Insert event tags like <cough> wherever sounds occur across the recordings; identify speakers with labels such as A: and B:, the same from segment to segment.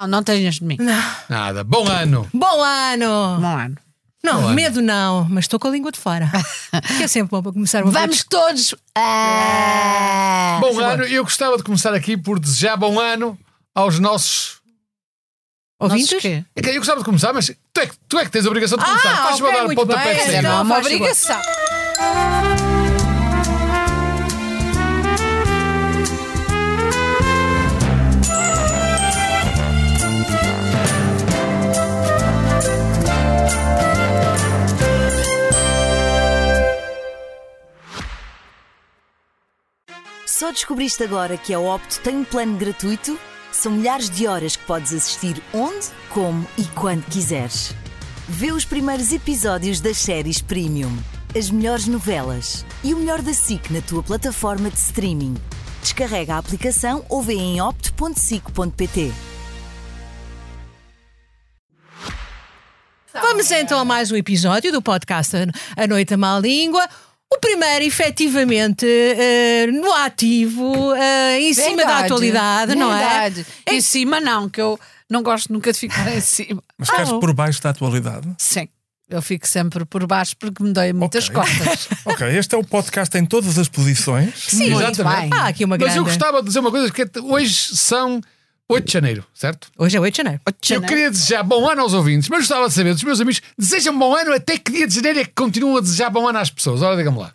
A: Não, não tenhas de mim.
B: Nada. Bom ano.
C: Bom ano!
A: Bom ano.
C: Não,
B: Bom ano.
C: medo não, mas estou com a língua de fora. que é sempre bom para começar uma
A: Vamos todos.
C: É,
A: Ah.
B: Bom ano. Eu gostava de começar aqui por desejar bom ano aos nossos.
C: Ouvintes?
A: Nossos quê?
B: É que Eu gostava de começar, mas tu é, que- tu é que tens a obrigação de começar.
C: Ah,
B: Faz-me
C: ok,
B: dar um
C: muito bem. Então,
B: pontapé
C: Quer
B: de
A: Quer dizer,
B: saída.
A: não é uma
C: faz favor.
A: obrigação.
D: Só descobriste agora que a Opto tem um plano gratuito? São milhares de horas que podes assistir onde, como e quando quiseres. Vê os primeiros episódios das séries Premium, as melhores novelas e o melhor da SIC na tua plataforma de streaming. Descarrega a aplicação ou vê em opto.sic.pt.
C: Vamos então a mais um episódio do podcast A- A Noite a Má Língua. O primeiro, efetivamente, eh, no ativo, eh, em cima da
A: Verdade.
C: atualidade, não é?
A: Verdade. Em cima, não, que eu não gosto nunca de ficar em cima.
E: Mas queres
C: Ah,
E: por baixo da atualidade?
A: Sim. Eu fico sempre por baixo porque me dói muitas
E: Ok. <laughs>
A: costas.
E: Ok, este é um podcast em todas as posições.
A: Sim,
B: Exatamente.
C: Há Ah, aqui uma
B: Mas
C: grande.
B: eu gostava de dizer uma coisa: que é- hoje são 8 de janeiro, certo?
C: Hoje é 8 de janeiro.
B: Eu queria desejar bom ano aos ouvintes, mas gostava de saber dos meus amigos: desejam bom ano até que dia de janeiro é que continuam a desejar bom ano às pessoas? Ora, digam-me lá.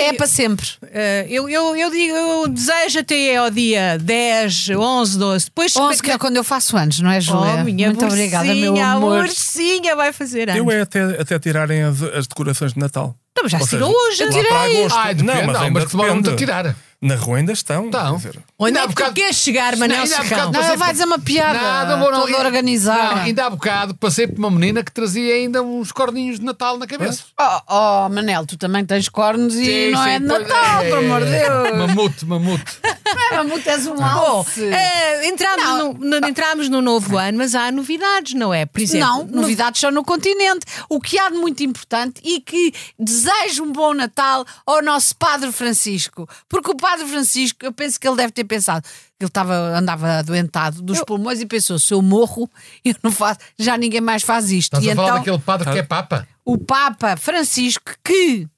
A: É para sempre.
C: Eh, eu, eu, eu digo, eu desejo até ao dia 10, 11, 12. Depois
A: 11, que é quando eu faço anos, não é, Júlia?
C: Oh, minha
A: Muito obrigada, meu
C: ursinha,
A: amor.
C: A ursinha vai fazer anos.
E: Eu é até, até tirarem as, as decorações de Natal.
C: Não, Então, mas já
E: Ou
C: se tirou
E: seja,
C: hoje.
E: lá para agosto.
B: Ah, depende,
E: é- não, mas
B: não,
E: ainda
B: mas demoram muito a
E: depende.
B: tirar.
E: Na rua ainda estão.
B: Então.
E: quer dizer.
C: Onde
B: Ainda há
C: é que
B: bocado-
C: tu queres chegar, Manel
B: Ainda há
C: Serrão?
B: bocado
A: Não,
B: Mas é
A: ele vai
B: por-
A: dizer uma piada.
B: Nada, vou não.
A: Toda organizada.
B: Não, ainda há bocado passei por uma menina que trazia ainda uns cordinhos de Natal na cabeça.
A: Oh, oh, Manel, tu também tens cornos e
B: Sim,
A: não
B: sim,
A: é de
B: pois
A: Natal,
B: é.
A: pelo amor de Deus.
B: Mamute, mamute.
A: Não é mamute, és um
C: Bom,
A: alce.
C: eh, entramos,
A: Não.
C: no, no- entramos no novo ano, mas há novidades, não é? Por exemplo,
A: Não,
C: no-
A: novidades só no continente. O que há de muito importante e que desejo um bom Natal ao nosso Padre Francisco. Porque o Padre Francisco, eu penso que ele deve ter pensado, ele estava, andava adoentado dos pulmões e pensou: se eu morro, <laughs> eu não faço, já ninguém mais faz isto.
B: Estás
A: e
B: a
A: então
B: falar daquele padre que é Papa?
A: o Papa Francisco que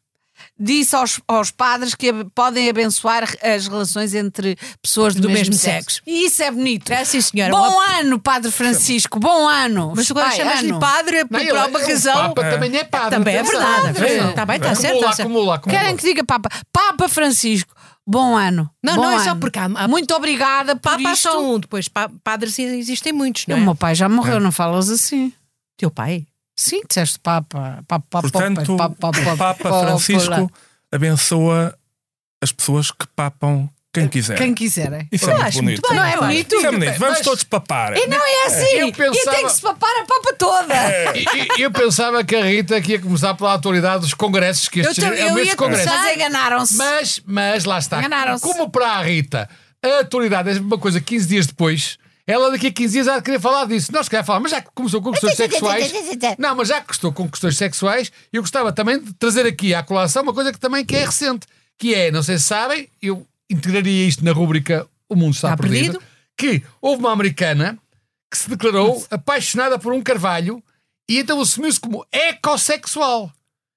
A: disse aos, aos padres que ab- podem abençoar as relações entre pessoas do,
C: Do
A: mesmo,
C: mesmo
A: sexo.
C: sexo.
A: E isso é bonito.
C: É, sim, senhora.
A: Bom
C: Uma-
A: ano, Padre Francisco, bom ano.
C: Mas agora
A: Vai,
C: chamas-lhe
A: ano.
C: padre por
B: Não, ele-
C: alguma
B: o
C: razão.
B: Papa também é padre.
C: Também é
B: atenção.
C: verdade, é verdade.
B: É.
C: Tá bem, tá
B: Acumula,
C: certo, tá certo.
B: Acumula,
E: é
B: acumula.
A: Querem que diga Papa. Papa Francisco, bom ano.
C: Não,
A: bom
C: não, é só
A: ano.
C: porque há- há-
A: Muito obrigada por
C: Papa é
A: isto.
C: só um, depois pa- padres existem muitos, não
A: O
C: é?
A: meu pai já morreu, não falas assim.
C: Teu pai.
A: Sim, disseste Papa. Papa, Papa,
E: Portanto,
A: Papa, Papa,
E: o Papa
A: Papa,
E: Francisco abençoa as pessoas que papam quem quiser.
A: Quem quiserem.
E: Isso
C: Eu
E: é muito
C: acho muito
E: bonito.
C: bem,
A: Não é
C: eu acho.
A: bonito?
E: Isso é bonito. Vamos
B: Mas-
E: todos papar.
A: E não é assim!
B: Eu
A: E
B: pensava-
A: tem que se papar a papa toda!
B: E- e- Eu pensava que a Rita que ia começar pela atualidade dos congressos, que
A: Eu,
B: estes
A: também-
B: é o
A: eu
B: mês
A: ia
B: de congressos.
A: começar, mas enganaram-se.
B: Mas, mas lá está.
A: Enganaram-se.
B: Como para a Rita, a atualidade é uma coisa 15 dias depois. Ela daqui a 15 dias há de querer falar disso. Nós queremos falar, mas já que começou com questões sexuais. Não, mas já que estou com questões sexuais, eu gostava também de trazer aqui à colação uma coisa que também que é recente, que é, não sei se sabem, eu integraria isto na rúbrica O Mundo Está,
C: Está
B: perdido,
C: Perdido.
B: que houve uma americana que se declarou apaixonada por um carvalho e então assumiu-se como ecossexual.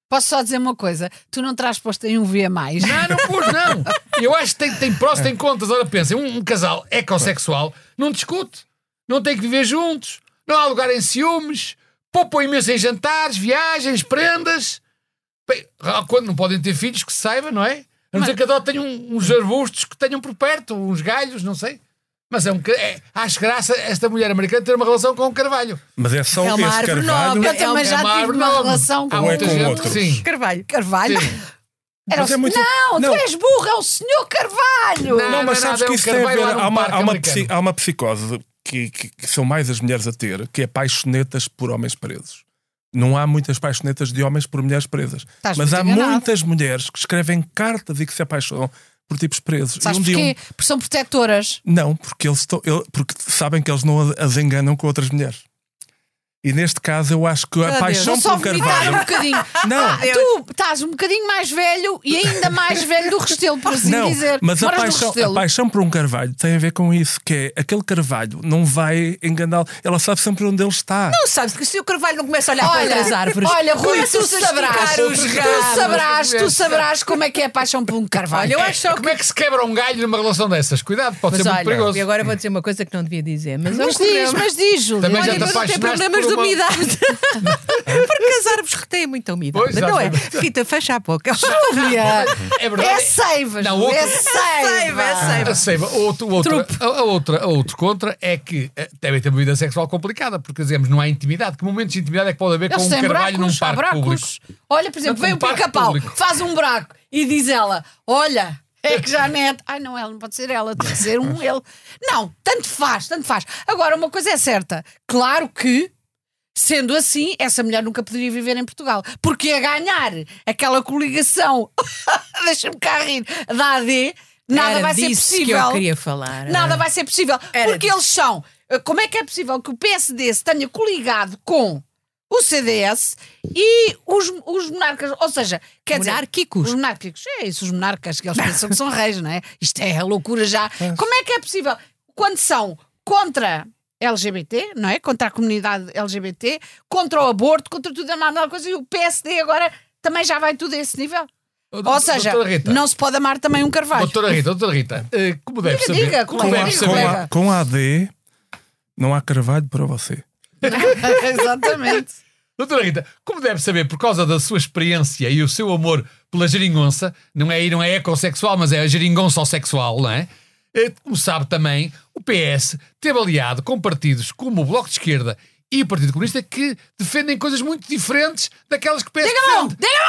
A: Posso só dizer uma coisa? Tu não traz posto em um via mais.
E: <laughs>
B: Não, não pôs, não. Eu acho que tem, tem prós, tem contas. Ora, pensem, um, um casal ecossexual não discute, não tem que viver juntos, não há lugar em ciúmes, poupam imenso em jantares, viagens, prendas. Bem, quando não podem ter filhos, que se saiba, não é? A não ser que adotem um, uns arbustos que tenham por perto, uns galhos, não sei. Mas é um, ca- é, acho graça esta mulher americana ter uma relação com um carvalho.
E: Mas é só
C: É uma
E: esse
C: árvore
E: carvalho. um
C: nobre.
A: Eu também
C: É
A: já
B: uma
A: tive
B: árvore
A: uma
B: nobre.
A: relação com
B: Há
E: Ou é
B: muita
E: com
B: gente
E: outros?
B: que sim.
C: Carvalho.
A: Carvalho.
B: Sim.
A: Era
E: Mas
A: o-
E: é muito-
A: Não,
E: Não.
A: tu és burro, é o senhor Carvalho!
B: Não,
E: Não, mas
B: é
E: sabes
B: nada, é
E: que
B: um
E: isso tem a ver.
B: carvalho lá no
E: Há uma,
B: parque
E: há uma
B: americano.
E: psi- há uma psicose que, que- que são mais as mulheres a ter, que é paixonetas por homens presos. Não há muitas paixonetas de homens por mulheres presas.
A: Estás
E: mas
A: muito
E: há
A: enganado.
E: muitas mulheres que escrevem cartas e que se apaixonam por tipos presos. E
A: Sabes
E: um dia
A: porquê? Porque são protetoras.
E: um- Não, porque eles, estão, ele- porque sabem que eles não as enganam com outras mulheres. E neste caso eu acho que a
C: Deus.
E: paixão
A: Vou só
E: pelo
A: vomitar um <laughs>
E: Carvalho.
C: <laughs>
A: bocadinho.
E: Não.
A: Ah, tu estás um bocadinho mais velho e ainda mais velho do Restelo, por assim
E: Não,
A: dizer.
E: mas a
A: Moras no
E: paixão,
A: Restelo.
E: a paixão por um carvalho tem a ver com isso, que é aquele carvalho não vai enganá-lo, ela sabe sempre onde ele está.
C: Não sabes que se o Carvalho não começa a olhar para outras árvores. é
A: olha, Rui, tu
C: começa-se a
A: sabrás,
C: esticar os
A: tu
C: ramos.
A: sabrás, tu sabrás como é que é a paixão por um carvalho.
C: Olha, eu acho só que.
B: Como é que se quebra um galho numa relação dessas? Cuidado, pode
C: Mas
B: ser é muito
C: olha,
B: perigoso.
C: e agora vou dizer uma coisa que não devia dizer. Mas, é um
A: Mas diz, mas diz, Júlio.
B: Também
C: Olha, mas não
B: já tá- te
C: tem
B: apaixonaste
C: problemas
B: por
C: de
B: uma- <laughs>
C: umidade. Porque as árvores retêm muita umidade,
B: Pois,
C: não é?
B: exatamente.
C: Rita, fecha a boca.
A: Júlia,
B: <laughs> É
A: É
B: verdade.
A: seiva,
B: Não,
A: Júlia, é
B: outro-
A: seiva.
C: É seiva.
B: A seiva. Ah, Outro, outra, a, a outra, a outro contra é que eh, devem ter uma vida sexual complicada, porque dizemos, não há intimidade. Que momentos de intimidade é que pode haver
A: Eles
B: com um
A: têm
B: carvalho num
A: buracos, há
B: parque público?
A: buracos. Olha, por exemplo,
B: Não,
A: vem
B: num
A: o
B: parque
A: pica-pau,
B: público.
A: faz um buraco e diz ela: Olha, é que já net. Ai não, ela não pode ser ela, tem que ser um ele. Não, tanto faz, tanto faz. Agora, uma coisa é certa: claro que. Sendo assim, essa mulher nunca poderia viver em Portugal. Porque a ganhar aquela coligação, <laughs> deixa-me cá rir, da AD, nada
C: Era
A: vai ser
C: disso
A: possível.
C: que eu queria falar.
A: Nada vai ser possível.
C: Era
A: porque eles são. Como é que é possível que o PSD se tenha coligado com o CDS e os, os monarcas? Ou seja, quer dizer-
C: Monárquicos.
A: Os monárquicos. É isso, os monarcas, que eles pensam que são reis, não é? Isto é a loucura já. Como é que é possível? Quando são contra. LGBT, não é? Contra a comunidade LGBT, contra o aborto, contra tudo a mesma coisa, e o PSD agora também já vai tudo a esse nível. Ou seja,
B: Doutora Rita.
A: não se pode amar também um
B: <laughs>
A: carvalho. <laughs>
B: Doutora Rita, doutora Rita, eh, como deve
A: Diga,
B: saber,
A: diga,
B: como
A: colega,
B: deve
A: diga,
E: com,
B: saber,
A: colega.
E: a, com a AD não há carvalho para você.
A: Exatamente.
B: doutora Rita, como deve saber, por causa da sua experiência e o seu amor pela geringonça, não é, não é ecossexual, mas é a geringonça sexual, não é? Eh, Como sabe também, o PS teve aliado com partidos como o Bloco de Esquerda e o Partido Comunista que defendem coisas muito diferentes daquelas que o PS
A: Diga bom,
B: defende.
A: diga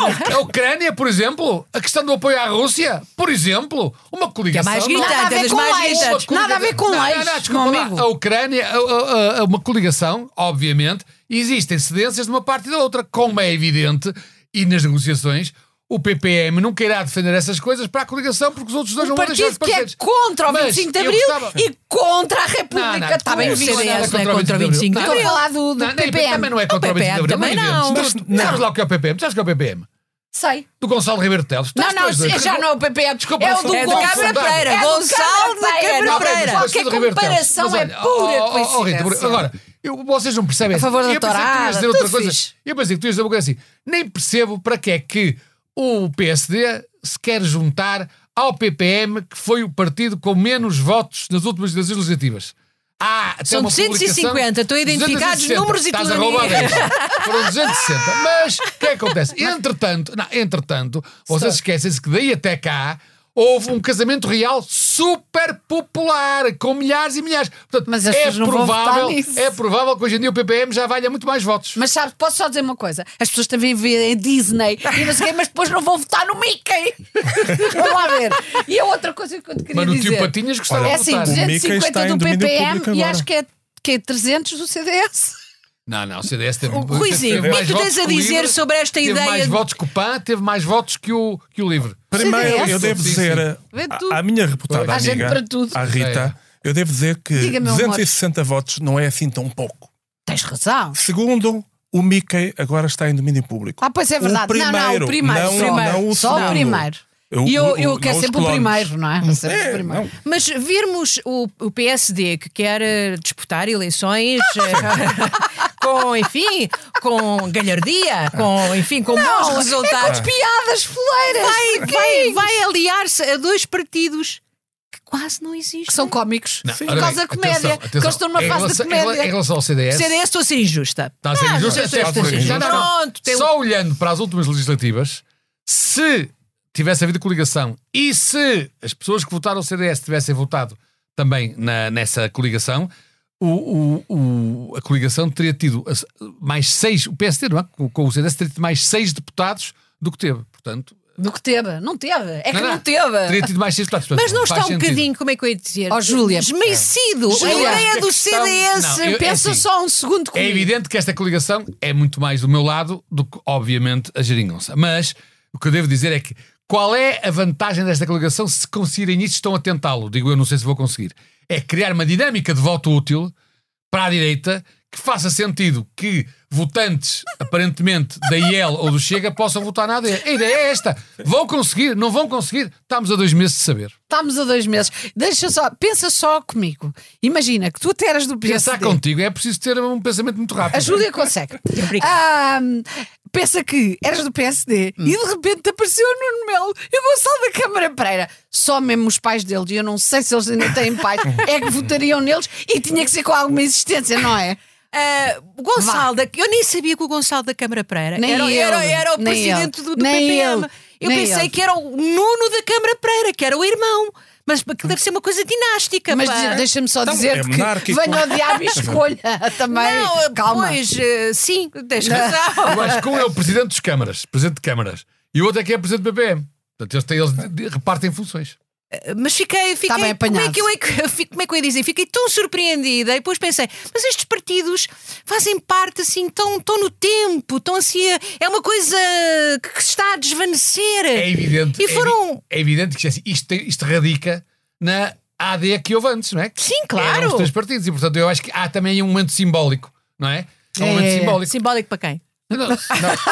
A: bom, diga bom!
B: A Ucrânia, por exemplo, a questão do apoio à Rússia, por exemplo, uma coligação.
C: mais gritante,
A: Nada a ver
C: das
A: com
C: mais
A: leis.
C: gritantes.
B: Uma
A: Nada a ver com
B: coligação-
A: leis,
B: Não, não, desculpa
A: meu
B: lá.
A: amigo.
B: A Ucrânia a- a- a- a uma coligação, obviamente, e existem cedências de uma parte e da outra, como é evidente, e nas negociações. O PPM nunca irá defender essas coisas para a coligação, porque os outros dois
A: Um
B: não vão deixar
A: partido
B: de
A: que é
B: parceiros.
A: contra o
B: Mas
A: 25 de
B: eu
A: Abril
B: gostava-
A: e contra a
B: Não, não,
A: República. Está bem
B: não,
A: visto.
B: não é nada
C: CDS não é contra o 25 de
A: Estou a
C: Abril.
A: falar do, do
B: Não, nem,
A: PPM.
B: Também não é contra o,
C: O PPM
B: 25 de
C: também
B: Abril. é
C: não.
B: evidente. Sabes- Sabes lá o que é o PPM? Sabes o que é o PPM?
A: Sei.
B: Do Gonçalo Ribeiro Teles.
A: Não, não,
B: Estás doido.
A: já não é o PPM.
B: Desculpa,
A: é o
B: sou
A: do
C: É do
B: confuso.
A: Gonçalo.
C: Cabra Pereira.
A: É do
C: Gonçalo da Cabra Pereira.
B: mas
A: Qualquer
B: depois do Ribeiro Teles.
A: comparação
B: Mas
A: é
B: olha, ó, ó, ó,
A: pura
B: ó, Rita,
A: coincidência.
B: Agora, eu, vocês não percebem.
A: A favor da
B: eu pensei que tu ias
A: tourada,
B: dizer outra
A: tudo
B: coisa.
A: fixe.
B: Eu pensei que tu ias dizer uma coisa assim. Nem percebo para que é que o PSD se quer juntar ao PPM, que foi o partido com menos votos nas últimas eleições legislativas. Ah, tem
C: São
B: uma
C: 250,
B: publicação-
C: estou a identificar os
B: 260.
C: números e
B: Estás
C: tudo
B: a
C: ali.
B: roubar isto. Foram 260. Mas o que é que acontece? Entretanto, não, entretanto vocês esquecem-se que daí até cá houve um casamento real super popular, com milhares e milhares. Portanto,
A: Mas as
B: é
A: pessoas não vão votar
B: provável,
A: nisso.
B: é provável que hoje em dia o PPM já valha muito mais votos.
A: Mas sabe, posso só dizer uma coisa? As pessoas também veem Disney e não sei o quê, mas depois não vão votar no Mickey. <laughs> Vamos lá ver. E a outra coisa que eu te queria
B: Mas no
A: dizer.
B: tio Patinhas gostava
A: É
B: de
A: assim,
B: votar.
E: O Mickey
A: 250
E: está em
A: do
E: domínio
A: PPM
E: público
A: e
E: agora.
A: acho que é, que é 300 do CDS.
B: Não, não, o CDS teve muito
C: Ruizinho, o que é que tu tens a dizer sobre esta
B: teve
C: ideia
B: mais
C: de-
B: votos que o PAN, teve mais votos que o, que o LIVRE.
E: Primeiro,
A: CDS.
E: eu devo
B: Sim,
E: dizer
A: sim. é. Vê
E: à-
A: tudo.
E: à minha reputada
A: Há gente
E: amiga,
A: para tudo.
E: à Rita,
B: É.
E: eu devo dizer que
A: Diga-me, amor.
E: 260 votos não é assim tão pouco.
A: Tens razão.
E: Segundo, o Mickey agora está em domínio público.
A: Ah,
B: Um
A: pois é verdade.
E: O
A: não, não, o
E: primeiro,
A: primeiro.
E: não-
A: primeiro.
E: não o
A: só o
E: segundo.
A: primeiro.
E: Eu-
A: E eu,
E: o-
A: eu quero
E: o- um não os
A: sempre o
E: clones.
A: primeiro, não é? Eu sempre o
E: É,
A: primeiro.
E: não.
C: Mas virmos o, o PSD que quer eh, disputar eleições
A: <laughs>
C: eh, com, enfim, com galhardia, com, enfim, com bons
A: As
C: resultados.
A: é piadas foleiras.
C: vai, vai, vai aliar-se a dois partidos que quase não existem.
A: Que são cómicos.
B: Sim.
A: Por causa da comédia. que eles estão numa fase de
B: Em
A: comédia.
B: relação ao
C: O
B: CDS,
C: CDS estou a ser injusta.
B: Está a ser
C: Ah,
B: injusto?
C: não sei se
B: Até
E: está a ser
B: porque-
E: injusto.
B: Não, não, não.
C: Pronto, tem-
B: Só olhando para as últimas legislativas, se tivesse havido coligação e se as pessoas que votaram o CDS tivessem votado também na- nessa coligação, o- o- o- a coligação teria tido as- mais seis, o PSD, não é? Com, com o CDS teria tido mais seis deputados do que teve. Portanto,
A: Do que teve. Não teve. É que
B: não,
A: não,
B: não.
A: teve.
B: teria tido mais seis deputados.
C: Mas
B: Portanto,
C: não está um
B: faz sentido.
C: bocadinho, como é que eu ia dizer?
A: Ó, Júlia.
C: Esmeecido. A
A: Júlia.
C: ideia do
B: Questão-
C: CDS.
B: um- Não, eu- é
A: Pensa
B: assim.
A: só um segundo
B: É
A: comigo.
B: evidente que esta coligação é muito mais do meu lado do que, obviamente, a geringonça. Mas o que eu devo dizer é que qual é a vantagem desta coligação se conseguirem isso, estão a tentá-lo? Digo eu, não sei se vou conseguir. É criar uma dinâmica de voto útil para a direita que faça sentido que votantes, aparentemente, da IEL ou do Chega possam votar na AD. A ideia é esta. Vão conseguir, não vão conseguir, estamos a dois meses de saber.
A: Estamos a dois meses. Deixa só, pensa só comigo. Imagina que tu até eras do PSD.
B: Pensar contigo é preciso ter um pensamento muito rápido.
A: A Júlia consegue. Ahm, pensa que eras do PSD e
E: Hum.
A: de repente te apareceu o Nuno Melo e o Gonçalo da Câmara Pereira. Só mesmo os pais deles, e eu não sei se eles ainda têm
E: <laughs>
A: pais, é que votariam neles e tinha que ser com alguma insistência, não é?
C: Ah, o Gonçalo, da, eu nem sabia que o Gonçalo da Câmara Pereira
A: Nem
C: era,
A: eu,
C: era, era o
A: nem
C: presidente
A: eu,
C: do, do
A: nem
C: PPM.
A: eu,
C: Eu,
A: nem
C: pensei
A: eu.
C: que era o Nuno da Câmara Pereira, que era o irmão. Mas aquilo deve ser uma coisa dinástica.
A: Mas
C: pá.
A: de- deixa-me só
E: é
A: dizer-te que
E: monárquico.
A: venha o diabo
E: <laughs>
A: e escolha também.
C: Não,
A: Calma.
C: pois, eh, sim, tens razão.
B: Eu acho que um é o presidente dos câmaras, presidente de câmaras, e o outro é que é presidente do PPM. Portanto, eles, têm, eles de- de- repartem funções.
C: Mas fiquei, fiquei
A: Tá bem
C: como, é
A: apanhado.
C: que eu, é que- como é que eu ia dizer? Fiquei tão surpreendida e depois pensei, mas estes partidos fazem parte assim, tão, tão no tempo, tão assim, é uma coisa que que se está a desvanecer.
B: É evidente.
C: E foram.
B: É, evi- é evidente que assim, isto, tem- isto radica na AD que houve antes, não é?
C: Sim, claro.
B: Eram os três partidos. E, portanto, eu acho que há também um momento simbólico, não é? Há um momento
A: É,
B: simbólico.
C: Simbólico para quem?
B: Não, não.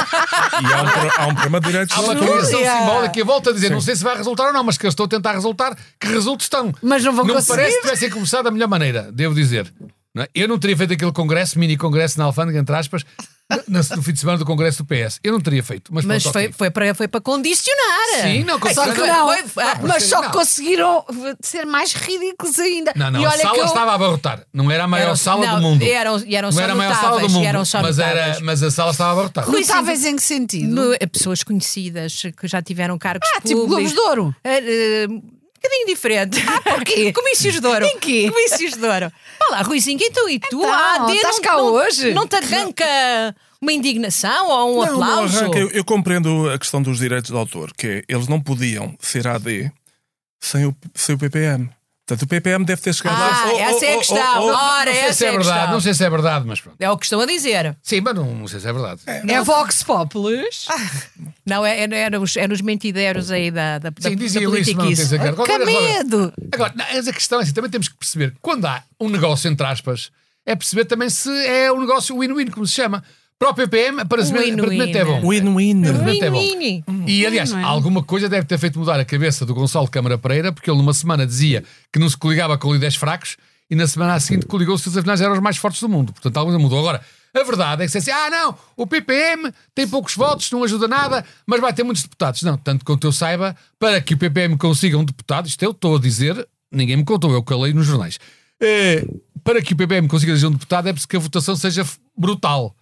E: E há um, pro- há um problema de
A: <laughs>
E: direitos
B: Há
C: <laughs>
B: uma
E: humanos.
B: convenção
A: Júlia!
B: simbólica. Eu volto a dizer, não sei se vai resultar ou não, mas que eu estou a tentar resultar, que resultados estão.
A: Mas não vão
B: não me
A: conseguir.
B: parece que tivessem começado da melhor maneira, devo dizer. Não é? Eu não teria feito aquele congresso, mini congresso na Alfândega, entre aspas, na- no fim de semana do congresso do PS. Eu não teria feito. Mas,
C: Mas
B: pronto,
C: foi,
B: ok.
C: foi, para, foi para condicionar.
B: Sim, não,
A: Só que
B: considerando-
A: não,
C: É, Foi- foi-
A: Ah, mas só
B: não.
A: conseguiram ser mais ridículos ainda.
B: Não, não,
A: e
B: a
A: olha
B: sala
A: que eu...
B: estava a abarrotar. Não era a maior
C: Eram-
B: sala
C: não,
B: do mundo.
C: eram- e eram
B: não
C: só
B: era a maior sala do
C: notáveis,
B: mundo.
C: e eram só
B: mas, era,
C: notáveis.
B: mas a sala estava a abarrotar.
C: Rui,
A: Notáveis em que sentido?
C: No- eh, pessoas conhecidas que já tiveram cargos
A: Ah, tipo Globos
C: públicos.
A: de Ouro.
C: Eh, eh, um bocadinho diferente. Ah,
A: porquê?
C: <laughs> Comícios de ouro.
A: Em quê?
C: Comícios de ouro. Vá lá, Ruizinho, então e tu?
A: Então,
C: Ah, dê,
A: estás
C: não-
A: cá
C: não-
A: hoje?
C: Não te arranca uma indignação ou um
E: Não, não
C: aplauso?
E: arranca. eu, eu compreendo a questão dos direitos de autor, que é, eles não podiam ser AD sem o, sem o PPM. Portanto, o PPM deve ter chegado lá.
C: Ah,
E: "Oh, oh,
C: essa é a
E: oh,
C: questão.
E: oh, oh."
C: Ora,
B: não sei
C: essa
B: se
C: é
B: é
C: a questão.
B: verdade, não sei se é verdade, mas pronto.
C: É o que estão a dizer.
B: Sim, mas não, não sei se é verdade.
A: É Vox Populus.
C: Não, é, é, era os, eram os mentideiros aí da, da, da,
B: Sim,
C: da
B: diziam isso, mas não é
C: politiquice.
B: tens a cara.
A: que
B: Agora, agora-
A: medo!
B: Agora, não, mas a questão é assim, também temos que perceber, quando há um negócio, entre aspas, é perceber também se é um negócio win-win, como se chama. Para o PPM, aparentemente,
C: Win-win.
B: aparentemente é bom.
C: Oh.
E: Win-win.
B: Aparentemente é bom.
C: Mini. é?
B: E, aliás, alguma coisa deve ter feito mudar a cabeça do Gonçalo Câmara Pereira, porque ele numa semana dizia que não se coligava com líderes fracos e na semana seguinte coligou-se que os afinais eram os mais fortes do mundo. Portanto, alguma coisa mudou. Agora, a verdade é que se é assim, ah, não, o PPM tem poucos votos, não ajuda nada, mas vai ter muitos deputados. Não, tanto quanto eu saiba, para que o PPM consiga um deputado, isto eu estou a dizer, ninguém me contou, eu calei nos jornais. Eh, para que o PPM consiga eleger um deputado é preciso que a votação seja f- brutal.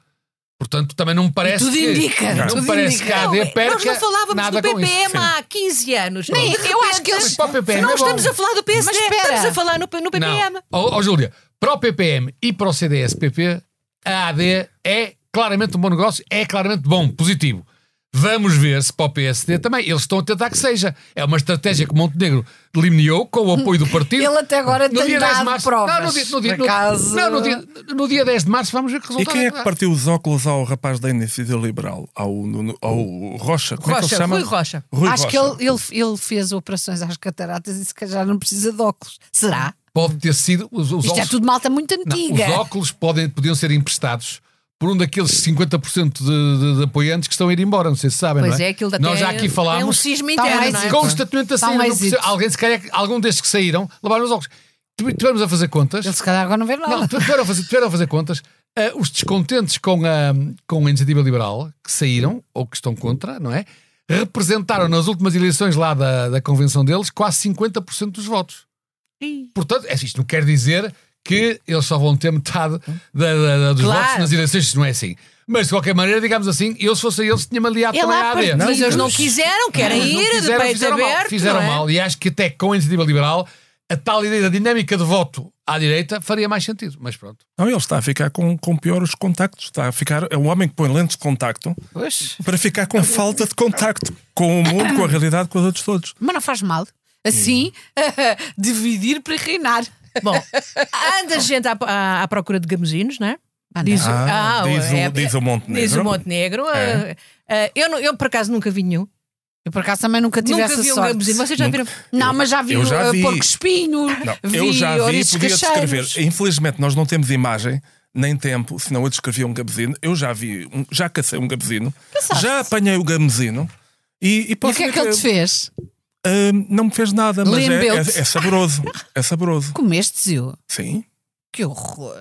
B: Portanto, também não me parece
A: tudo
B: que...
A: indica,
B: Não
A: tudo
B: me parece
A: indica.
B: que a AD perca
C: Nós não falávamos
B: nada
C: do
B: com isso.
C: PPM há 15 anos.
A: Nem-
C: E de
A: eu acho que
C: repente,
A: eles-
B: Para o PPM
C: Não
B: é bom.
C: estamos a falar do PSD,
A: Mas espera.
C: estamos a falar no, no PPM.
B: Não. Ó ó, Júlia, para o PPM e para o CDS-PP, a AD é claramente um bom negócio, é claramente bom, positivo. Vamos ver se para o PSD também. Eles estão a tentar que seja. É uma estratégia que Montenegro delineou com o apoio do partido.
A: <laughs> Ele até agora tem dado provas,
B: Não, no dia, no dia,
A: por
B: no-
A: acaso.
B: não, no dia- no dia 10 de março vamos ver que
E: E
B: resultado
E: quem é
B: vai
E: que
B: dar.
E: partiu os óculos ao rapaz da Iniciativa Liberal? Ao, Nuno- ao Rocha? Como é que
C: Rocha,
E: ele se chama?
C: Rui Rocha.
E: Rui
A: Acho
E: Rocha.
A: que ele, ele, ele fez operações às cataratas e se calhar não precisa de óculos. Será?
B: Pode ter sido os, os
A: Isto é
B: ossos-
A: tudo malta muito
B: Não,
A: antiga.
B: os óculos podem, podiam ser emprestados por um daqueles 50% de, de, de apoiantes que estão a ir embora, não sei se sabem,
C: Pois
B: não é?
C: é, aquilo até
B: Nós já aqui falámos.
C: É um cisma
A: Tá
C: interno,
A: mais
C: não é?
B: Constantemente a
A: Está um
B: sair. não
A: êxito.
B: percebo. Alguém, se calhar, algum destes que saíram, levaram os óculos. Tu- Tivemos a fazer contas.
A: Ele se calhar agora não vê nada.
B: Não, tu- tiveram a fazer, tiveram a fazer contas. Ah, os descontentes com a, com a iniciativa liberal que saíram, ou que estão contra, não é? Representaram nas últimas eleições lá da, da convenção deles quase 50% dos votos. Portanto, é assim, isto não quer dizer que eles só vão ter metade da- da- da- dos
C: Claro.
B: votos nas eleições, isto não é assim. Mas de qualquer maneira, digamos assim, eu se fosse eles, tinha-me aliado
C: É
B: também
C: lá
B: à AD.
C: partidos, mas eles não quiseram, querem
B: Não
C: ir de
B: fizeram-
C: peito
B: fizeram
C: aberto.
B: Mal, fizeram
C: não é?
B: mal. E acho que até com a iniciativa liberal, a tal ideia da dinâmica de voto à direita faria mais sentido. Mas pronto.
E: Não, ele está a ficar com, com pior os contactos. Está a ficar, é um homem que põe lentes de contacto para ficar
A: <laughs>
E: com falta de contacto com o mundo, com a realidade, com os outros todos.
A: Mas não faz mal. Assim, <laughs> dividir para reinar.
C: Bom, anda gente à, à- à procura de gamuzinos, não é?
A: Anda.
C: Diz, ah,
E: Ah, diz,
C: é-
E: o, diz o Montenegro.
C: diz o Montenegro. ah,
E: É.
C: ah, eu, não- eu, por acaso, nunca vi nenhum.
A: Eu por acaso também nunca tive
C: Nunca
A: essa
C: vi um
A: sorte.
C: gambusino. Vocês já viram?
A: Não, mas já vi,
E: Eu já
A: uh,
E: vi.
A: porco espinho,
E: Não,
A: vi
E: eu já vi,
A: ouriços
E: podia
A: cacheiros.
E: descrever. Infelizmente, nós não temos imagem nem tempo, senão eu descrevia um gabezino. Eu já vi, um- já cacei um gabezino, já apanhei o gabezino e, e
A: E
E: posso
A: o que é
E: dizer
A: que ele te fez?
E: ah, não me fez nada, mas é, é,
A: Lembeu-te.
E: é saboroso. É saboroso.
A: Comeste-o?
E: Sim.
A: Que horror.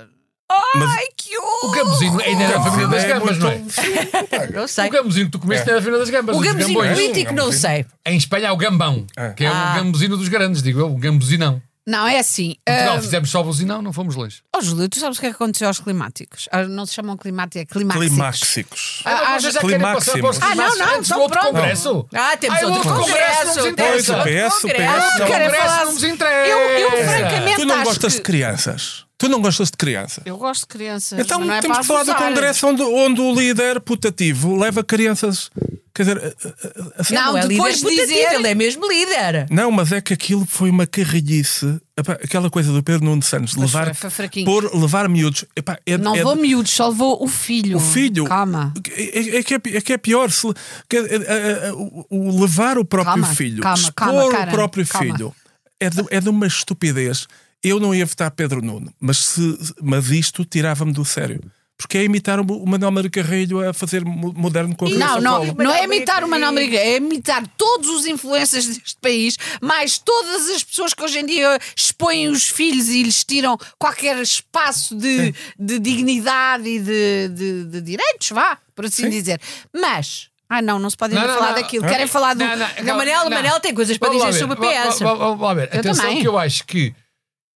E: Mas
A: Que horror.
B: O gamozinho ainda era da família das
E: é
B: gambas, não é?
E: muito-
C: Não
B: O
C: sei.
B: gamozinho que tu comeste era da família das gambas.
A: O
B: dos
A: gamozinho
B: gambões.
A: político, não
E: Gamozinho.
A: sei.
B: Em Espanha há o gambão,
E: Ah.
B: que é
C: Ah.
B: o gambuzinho dos grandes, digo eu, o gambuzinão.
A: Não, é assim.
B: Em
A: ah,
B: Portugal fizemos só buzinão, não fomos longe.
A: Ó Júlio, tu sabes o que é que aconteceu aos climáticos? Ah, Não se chamam climáticos, é climáticos.
E: Climáxicos.
A: Ah,
B: Ah,
A: ah,
B: vocês já querem passar para os
E: climáximos.
A: Ah, não, não,
B: antes do
A: então
B: outro
A: pronto.
B: congresso?
C: Ah, temos
B: Ai, o
C: outro
B: outro congresso, não nos
C: congresso.
E: Pois,
B: interessa.
E: o PS, o PS.
A: Não,
E: não-
A: querem
B: congresso
A: falar-
B: não nos interessa.
A: Eu, eu francamente
E: Tu não
A: acho
E: gostas
A: que...
E: de crianças. Tu não gostas de crianças.
A: Eu gosto de crianças.
E: Então
A: mas não é
E: temos
A: para
E: que falar do
A: abusar.
E: congresso onde, onde o líder putativo leva crianças. Quer dizer, a- a- a- assim-
A: Não,
C: é
A: depois
C: líder
A: de
C: putativo,
A: dizer-
C: Ele é mesmo líder.
E: Não, mas é que aquilo foi uma carrilhice. Epá, aquela coisa do Pedro Nuno Santos de
A: Mas
E: levar,
A: foi- foi fraquinho.
E: por levar miúdos. Epá, é,
A: Não
E: é-
A: levou miúdos, só levou o filho.
E: o filho.
A: Calma.
E: É, é- é que é, pi- é que é pior. Se, que- é- é- é- o- o levar o próprio
A: Calma,
E: filho,
A: calma,
E: expor
A: calma, Karen,
E: o próprio
A: calma.
E: filho, é de, é de uma estupidez. Eu não ia votar Pedro Nuno, mas, se, mas isto tirava-me do sério. Porque é imitar o, o Manuel Mário Carrilho a fazer mo- moderno com a criança
A: Não,
E: ao
A: não,
E: colo.
A: não é imitar o Manuel Mariga, é imitar todos os influencers deste país, mais todas as pessoas que hoje em dia expõem os filhos e lhes tiram qualquer espaço de, de dignidade e de, de- de direitos, vá, por assim
E: Sim.
A: dizer. Mas, ah não, não se pode
B: Não,
A: ainda
B: não,
A: falar
B: não.
A: daquilo,
B: Ah.
A: querem falar do.
B: Não, não,
C: Não, Manel,
B: não.
C: Manel tem coisas para
B: Vamos lá
C: dizer
B: ver,
C: sobre o PS.
B: va- va- va- Vamos lá ver.
A: Eu
B: Atenção
A: também.
B: que eu acho que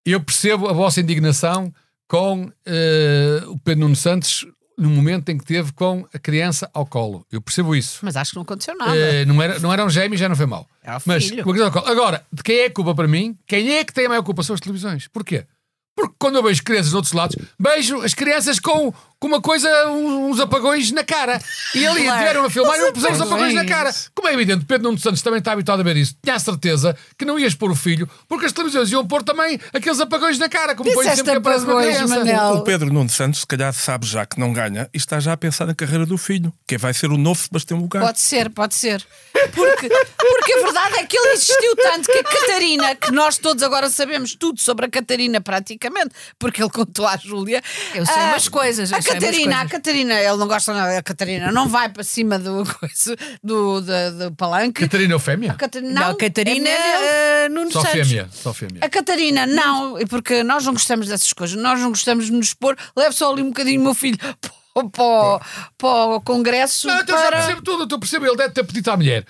B: eu percebo a vossa indignação com eh, o Pedro Nuno Santos no momento em que teve com a criança ao colo. Eu percebo isso.
A: Mas acho que não aconteceu nada.
B: Eh, não, era, não eram gêmeos, já não foi mal.
A: Era É o
B: Mas
A: filho.
B: com a criança ao colo. Agora, de quem é a culpa para mim? Quem é que tem a maior culpa são as televisões. Porquê? Porque quando eu vejo crianças de outros lados, vejo as crianças com, com uma coisa, um- uns apagões na cara. E ali
C: Claro.
B: tiveram a filmar e um puseram os apagões na
A: apagões.
B: cara. Como é evidente, Pedro Nuno Santos também está habituado a ver isso. Tinha a certeza que não ias pôr o filho, porque as televisões iam pôr também aqueles apagões na cara, como põe
A: Disseste
B: sempre que aparece uma
A: apagões,
B: criança.
A: Manel.
E: O Pedro Nuno Santos, se calhar, sabe já que não ganha e está já a pensar na carreira do filho, que vai ser o novo Sebastião Lugar.
A: Pode ser, pode ser. Porque, porque a verdade é que ele insistiu tanto que a Catarina, que nós todos agora sabemos tudo sobre a Catarina praticamente, porque ele contou à Júlia.
C: Eu sei
A: Ah,
C: umas coisas, eu
A: A
C: sei umas
A: Catarina, a
C: coisas.
A: Catarina, ele não gosta nada, a Catarina não vai para cima do, coisa- do, do, do palanque.
B: Catarina Eufémia?
A: A Catarina,
C: Não,
A: não,
C: Catarina
A: é mulher dele.
C: eh, Nuno
B: Só
C: Santos.
B: fêmea, só fêmea.
A: A Catarina, não, porque nós não gostamos dessas coisas, nós não gostamos de nos expor. Leve só ali um bocadinho o meu filho <laughs> para, o- para, o- para o Congresso.
B: Não, então eu já
A: para-
B: percebo tudo, eu percebo. Ele deve ter pedido à mulher.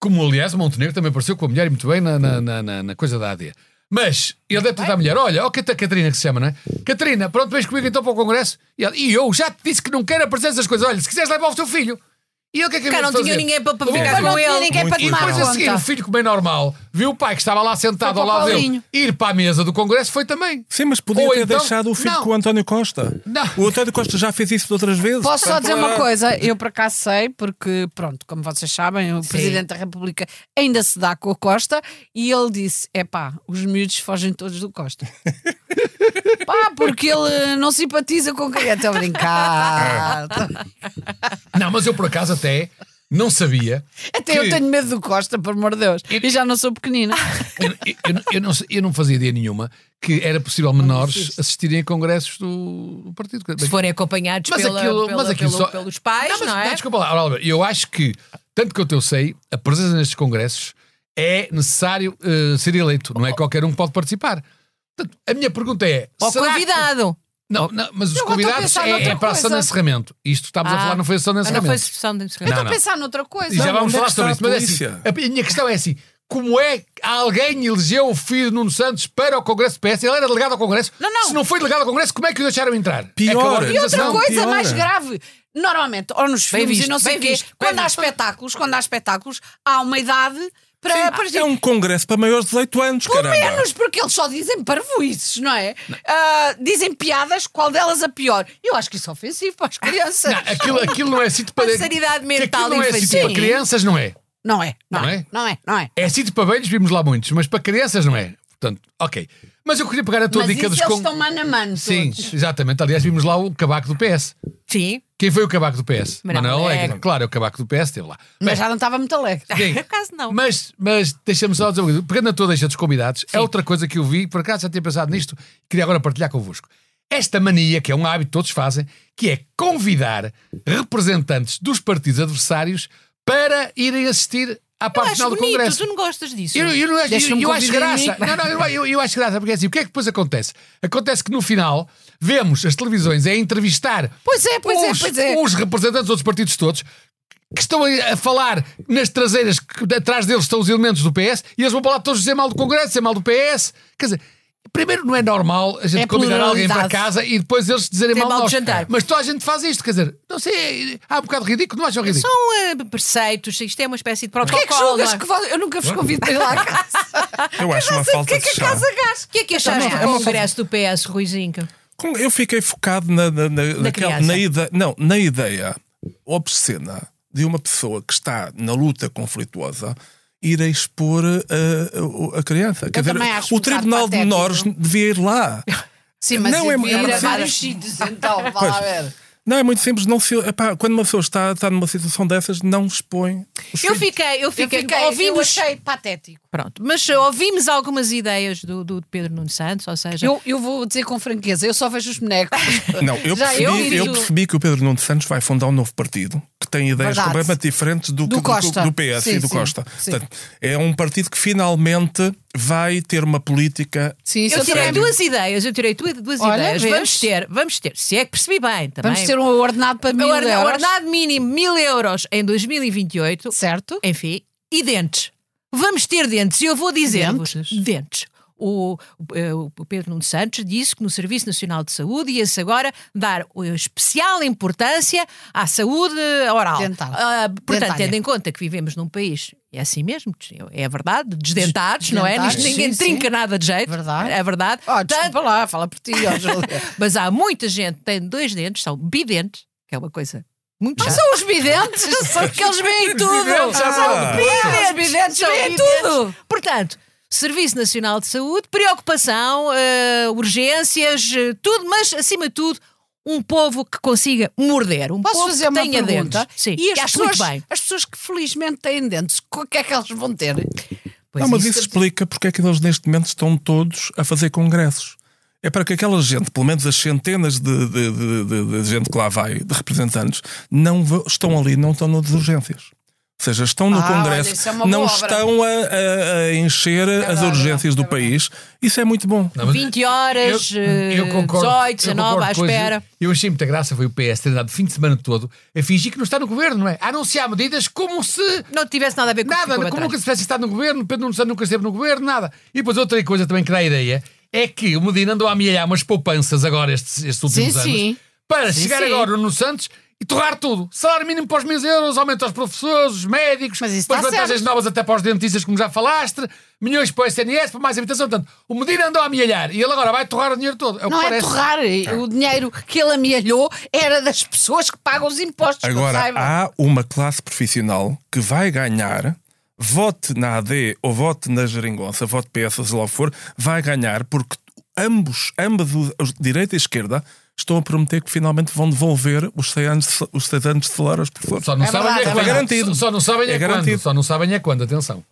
B: Como, aliás, o Montenegro também apareceu com a mulher e muito bem na, na, na, na- na coisa da AD. Mas ele deve ter pedido à mulher: olha, ó, que a Catarina que se chama, não é? Catarina, pronto, vens comigo então para o Congresso. E, ela, "E eu já te disse que não quero aparecer essas coisas. Olha, se quiseres levar o teu filho. E ele o que é que
C: Cá
B: havia
C: não
B: de
C: tinha
B: fazer?
C: ninguém para- para
B: Levou
C: ficar
B: o filho.
A: Não
C: com
A: tinha
C: ele.
A: ninguém para
E: Muito
A: tomar
E: bem.
B: Depois a seguir,
A: conta.
B: o filho, como é normal, viu o pai que estava lá sentado
A: Foi para
B: ao
A: o
B: lado dele
A: Paulinho.
B: ir para a mesa do Congresso, foi também.
E: Sim, mas podia
B: Ou
E: ter
B: então-
E: deixado o filho
B: Não.
E: com o António Costa.
B: Não.
E: O António Costa já fez isso de outras vezes.
A: Posso só
E: Portanto,
A: dizer uma
E: é-
A: coisa? Eu por acaso sei, porque, pronto, como vocês sabem, o Presidente da República ainda se dá com o Costa e ele disse: é pá, os miúdos fogem todos do Costa. <laughs> pá, porque ele não simpatiza com quem. é. Estou a brincar.
B: É. Não, mas eu por acaso até não sabia.
A: Até eu
B: que- Ah.
A: tenho medo do Costa, por amor de Deus. E já não sou pequenina.
B: Eu, eu- eu não, eu não fazia ideia nenhuma que era possível menores assistirem a congressos do, do partido.
C: Se forem acompanhados
B: Mas
C: pela-
B: aquilo-
C: pela-
B: mas aquilo
C: pelo-
B: só-
C: pelos pais, não,
B: mas-
C: é?
B: desculpa lá, Ora, Alba, eu acho que, tanto que eu sei, a presença nestes congressos é necessário eh, ser eleito, não é qualquer um que pode participar. Portanto, a minha pergunta é.
C: Ou
B: será que-
C: convidado.
B: Não, não, mas os
A: Eu estou a
B: convidados
A: pensar
B: é,
A: noutra
B: é para a ação de
A: coisa.
B: encerramento. Isto que estamos a
C: Ah.
B: falar, não foi a ação de
C: Ah, Não
B: encerramento.
C: foi sucessão de
A: Eu estou
B: não.
A: a pensar noutra coisa.
B: E já
E: Não,
B: vamos
E: onde é
B: falar
E: que
B: sobre
E: está a
B: isso. Mas é assim,
E: polícia?
B: a minha questão é assim: como é que alguém elegeu o filho de Nuno Santos para o Congresso do PS? Ele era delegado ao Congresso.
A: Não, não.
B: Se não foi delegado ao Congresso, como é que o deixaram entrar?
E: Pior.
B: É que a
E: E outra
A: E outra
B: organização-
A: coisa
E: piora.
A: mais grave. Normalmente, ou nos
C: Bem
A: filmes
C: visto,
A: e não sei
C: bem
A: o quê,
C: visto, bem
A: quando há
C: visto.
A: espetáculos, quando há espetáculos, há uma idade para, para dizer,
E: É um congresso para maiores de 18 anos,
A: pelo
E: caramba.
A: menos, porque eles só dizem parvoices, não é? Ah, dizem piadas, qual delas a pior? Eu acho que isso é ofensivo para as crianças.
B: Não, aquilo, aquilo não é sítio para.
C: Parceridade mental
B: aquilo não é
C: infantil.
B: sítio para crianças, não é?
A: Não é, não,
B: Não
A: é?
B: é?
A: Não é, não é.
B: É sítio para velhos, vimos lá muitos, mas para crianças não é. Portanto, ok. Mas eu queria pegar a tua
A: Mas isso
B: dica
A: eles
B: dos con-
A: estão mano a mano
B: Sim,
A: todos.
B: exatamente. Aliás, vimos lá o cabaco do PS.
C: Sim.
B: Quem foi o cabaco do PS?
C: Manuel Alegre.
B: Claro, é o cabaco do PS, esteve lá. Bem,
A: Mas já não estava muito alegre.
B: Sim.
C: Por acaso não.
B: Mas, mas deixa-me só dizer uma coisa. Pegando na tua deixa dos convidados,
C: Sim.
B: é outra coisa que eu vi, por acaso já tinha pensado nisto, queria agora partilhar convosco. esta mania, que é um hábito que todos fazem, que é convidar representantes dos partidos adversários para irem assistir à
C: Eu
B: parte
C: acho
B: final do
C: bonito,
B: Congresso.
C: tu não gostas disso.
B: Eu, eu não acho, eu,
A: Deixa-me
B: eu acho
A: convidar
B: graça. Não, não, eu, eu- eu acho graça, porque é assim, o que é que depois acontece? Acontece que no final vemos as televisões a entrevistar
A: Pois é, pois é,
B: os,
A: pois é.
B: os representantes dos outros partidos todos que estão a a falar nas traseiras, que atrás deles estão os elementos do PS, e eles vão falar todos dizer mal do Congresso, dizer mal do PS. Quer dizer, primeiro não é normal a gente
A: É
B: convidar alguém para
A: pluralidade.
B: casa e depois eles dizerem
C: Dizer
B: mal,
C: mal
B: de
C: do
B: nós.
C: jantar.
B: Mas toda a gente faz isto, quer dizer, não sei, há um bocado ridículo, não acham ridículo?
C: São eh, preceitos, isto é uma espécie de protocolo.
A: Porquê é que julgas
C: não é?
A: que vale- eu nunca vos convido para ir lá a casa?
E: Eu acho uma
A: O que
E: falta
A: é
E: de
A: que a
E: chão.
A: casa gasta?
C: O que é que
B: Então,
C: achaste
A: Também
C: do
A: acho.
C: Congresso do PS, Ruizinho?
E: Como Eu fiquei focado na, na, na, naquela,
C: criança.
E: na, ide- não, na ideia obscena de uma pessoa que está na luta conflituosa ir a expor eh, o- a, criança. Quer
A: também acho um
E: o
A: bocado
E: Tribunal de
A: patético.
E: Menores devia ir lá.
A: Sim, mas
E: Não,
A: não,
E: é-
A: é,
E: é uma
A: ir a
E: cena-
A: vários sítios, então, vá lá
E: Pois.
A: ver.
E: Não, é muito simples. Não se, epá, quando uma pessoa está, está numa situação dessas, não expõe. os
C: Eu
E: filhos.
C: fiquei, eu
A: Eu
C: fiquei,
A: fiquei, eu
C: ouvimos,
A: achei patético.
C: pronto, mas eh, ouvimos algumas ideias do, do Pedro Nuno Santos, ou seja,
A: <laughs> Eu, eu vou dizer com franqueza, eu só vejo os bonecos.
E: <laughs> Não, eu
A: Já
E: percebi,
A: eu
E: eu,
A: dirijo-
E: percebi que o Pedro Nuno Santos vai fundar um novo partido que tem ideias
A: Verdade.
E: completamente diferentes do,
A: Do
E: que- do-
A: Costa.
E: do PS
A: Sim,
E: e do
A: sim,
E: Costa.
A: sim.
E: Portanto, é um partido que finalmente vai ter uma política
A: Sim, isso é
C: eu tirei
A: também.
C: duas ideias, eu tirei tu- duas
A: Olha,
C: ideias.
A: vês?
C: Vamos ter, vamos ter, se é que percebi bem também.
A: Vamos ter um ordenado para mil
C: o orna-
A: euros.
C: ordenado mínimo mil euros em 2028,
A: Certo?
C: enfim, e dentes. Vamos ter dentes, e eu vou dizer-vos:
A: Dentes?
C: dentes. O, o- eh, o Pedro Nuno Santos disse que no Serviço Nacional de Saúde ia-se agora dar eh, especial importância à saúde oral.
A: Dental.
C: Ah, portanto,
A: Dentária.
C: tendo em conta que vivemos num país, é assim mesmo, é verdade, desdentados, não é?
A: Desdentados,
C: Ninguém
A: sim,
C: trinca nada de jeito.
A: Verdade.
C: É verdade.
A: Oh,
C: Portanto,
A: desculpa lá, fala por ti, <laughs> ó, Júlia.
C: mas há muita gente que tem dois dentes, são bidentes, que é uma coisa muito chata.
A: São os videntes, <laughs> são aqueles que veem tudo.
E: Videntes,
A: São
E: já sabe.
A: videntes, os videntes
C: São
A: veem
C: videntes.
A: tudo.
C: Portanto, Serviço Nacional de Saúde, preocupação, eh, urgências, eh, tudo, mas acima de tudo, um povo que consiga morder, um
A: Posso
C: povo
A: fazer
C: que
A: uma
C: tenha
A: pergunta?
C: dentes. Sim,
A: E as
C: acho
A: pessoas,
C: muito bem.
A: as pessoas que felizmente têm dentes, o que é que elas vão ter?
E: não, mas isso explica porque é que eles neste momento estão todos a fazer congressos. É para que aquela gente, pelo menos as centenas de, de- de- de- de gente que lá vai, de representantes, não vo- estão ali, não estão nas urgências. Ou seja, estão no
A: Ah, olha,
E: Congresso,
A: isso é uma
E: não
A: boa obra. É
E: estão a, a- a encher as
A: verdade,
E: urgências do país. Isso é muito bom.
B: Não, mas
C: 20 horas,
B: eu-
C: eh,
B: eu concordo,
C: 18,
B: eu
C: 19, à
B: concordo com isso.
C: espera.
B: Eu achei muita graça, foi o PS ter dado o fim de semana todo a fingir que não está no governo, não é? A anunciar medidas como se
C: Não tivesse nada a ver com o que
B: Nada,
C: ficou
B: como
C: atrás.
B: nunca se tivesse estado no governo, Pedro Nuno Santos nunca esteve no governo, nada. E depois outra coisa também que dá ideia é que o Medina andou a amealhar umas poupanças agora estes, estes últimos
A: Sim,
B: anos
A: sim.
B: para
A: Sim,
B: chegar
A: sim.
B: agora no Nuno Santos e torrar tudo. Salário mínimo para os mil euros, aumento aos professores, os médicos,
A: Mas isso
B: depois
A: está
B: vantagens
A: certo.
B: novas até para os dentistas, como já falaste, milhões para o SNS, para mais habitação. Portanto, o Medina andou a amealhar e ele agora vai torrar o dinheiro todo. É o
A: Não
B: que
A: é
B: parece.
A: torrar.
E: Ah.
A: O dinheiro que ele amealhou era das pessoas que pagam os impostos. que eu
E: Agora,
A: saiba.
E: há uma classe profissional que vai ganhar, vote na AD ou vote na Jeringonça, vote PS, ou seja lá o que for, vai ganhar porque ambos, ambas, os- os- direita e esquerda, estão a prometer que finalmente vão devolver os 6 anos, de sa- os seis anos de salário aos professores.
B: Só não
A: É
B: sabem
A: verdade,
B: é
A: é
B: quando.
E: garantido.
B: Só não sabem é,
E: É
B: quando.
E: garantido.
B: Só não sabem é quando, atenção.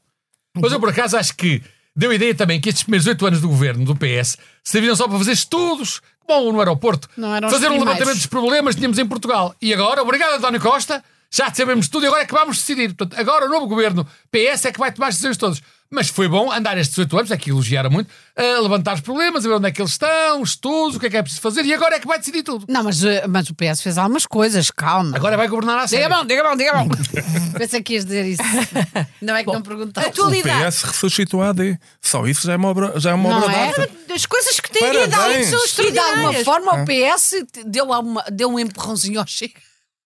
B: Mas eu, por acaso, acho que deu ideia também que estes primeiros oito anos do governo do PS serviram só para fazer estudos, como no aeroporto,
A: Não eram os
B: fazer um
A: primeiros.
B: levantamento dos problemas que tínhamos em Portugal. E agora, obrigado, António Costa, já sabemos tudo e agora é que vamos decidir. Portanto, agora o novo governo PS é que vai tomar as decisões todas. Mas foi bom andar estes oito anos, é que elogiaram muito, a levantar os problemas, a ver onde é que eles estão, os estudos, o que é que é preciso fazer, e agora é que vai decidir tudo.
A: Não, mas, eh, mas o PS fez algumas coisas, calma.
B: Agora vai governar a sério.
A: Diga bom, diga bom, diga <laughs> bom. Pensei que ias dizer isso. Não é que não perguntaste.
E: O PS ressuscitou a AD. Só isso já é uma obra, já é uma
A: Não
E: obra
A: é?
E: de arte.
C: As coisas que têm
E: Parabéns.
C: dado são
A: E de alguma
C: extraordinárias.
A: forma
B: É.
A: o PS te- deu, alguma, deu um empurrãozinho ao Chega.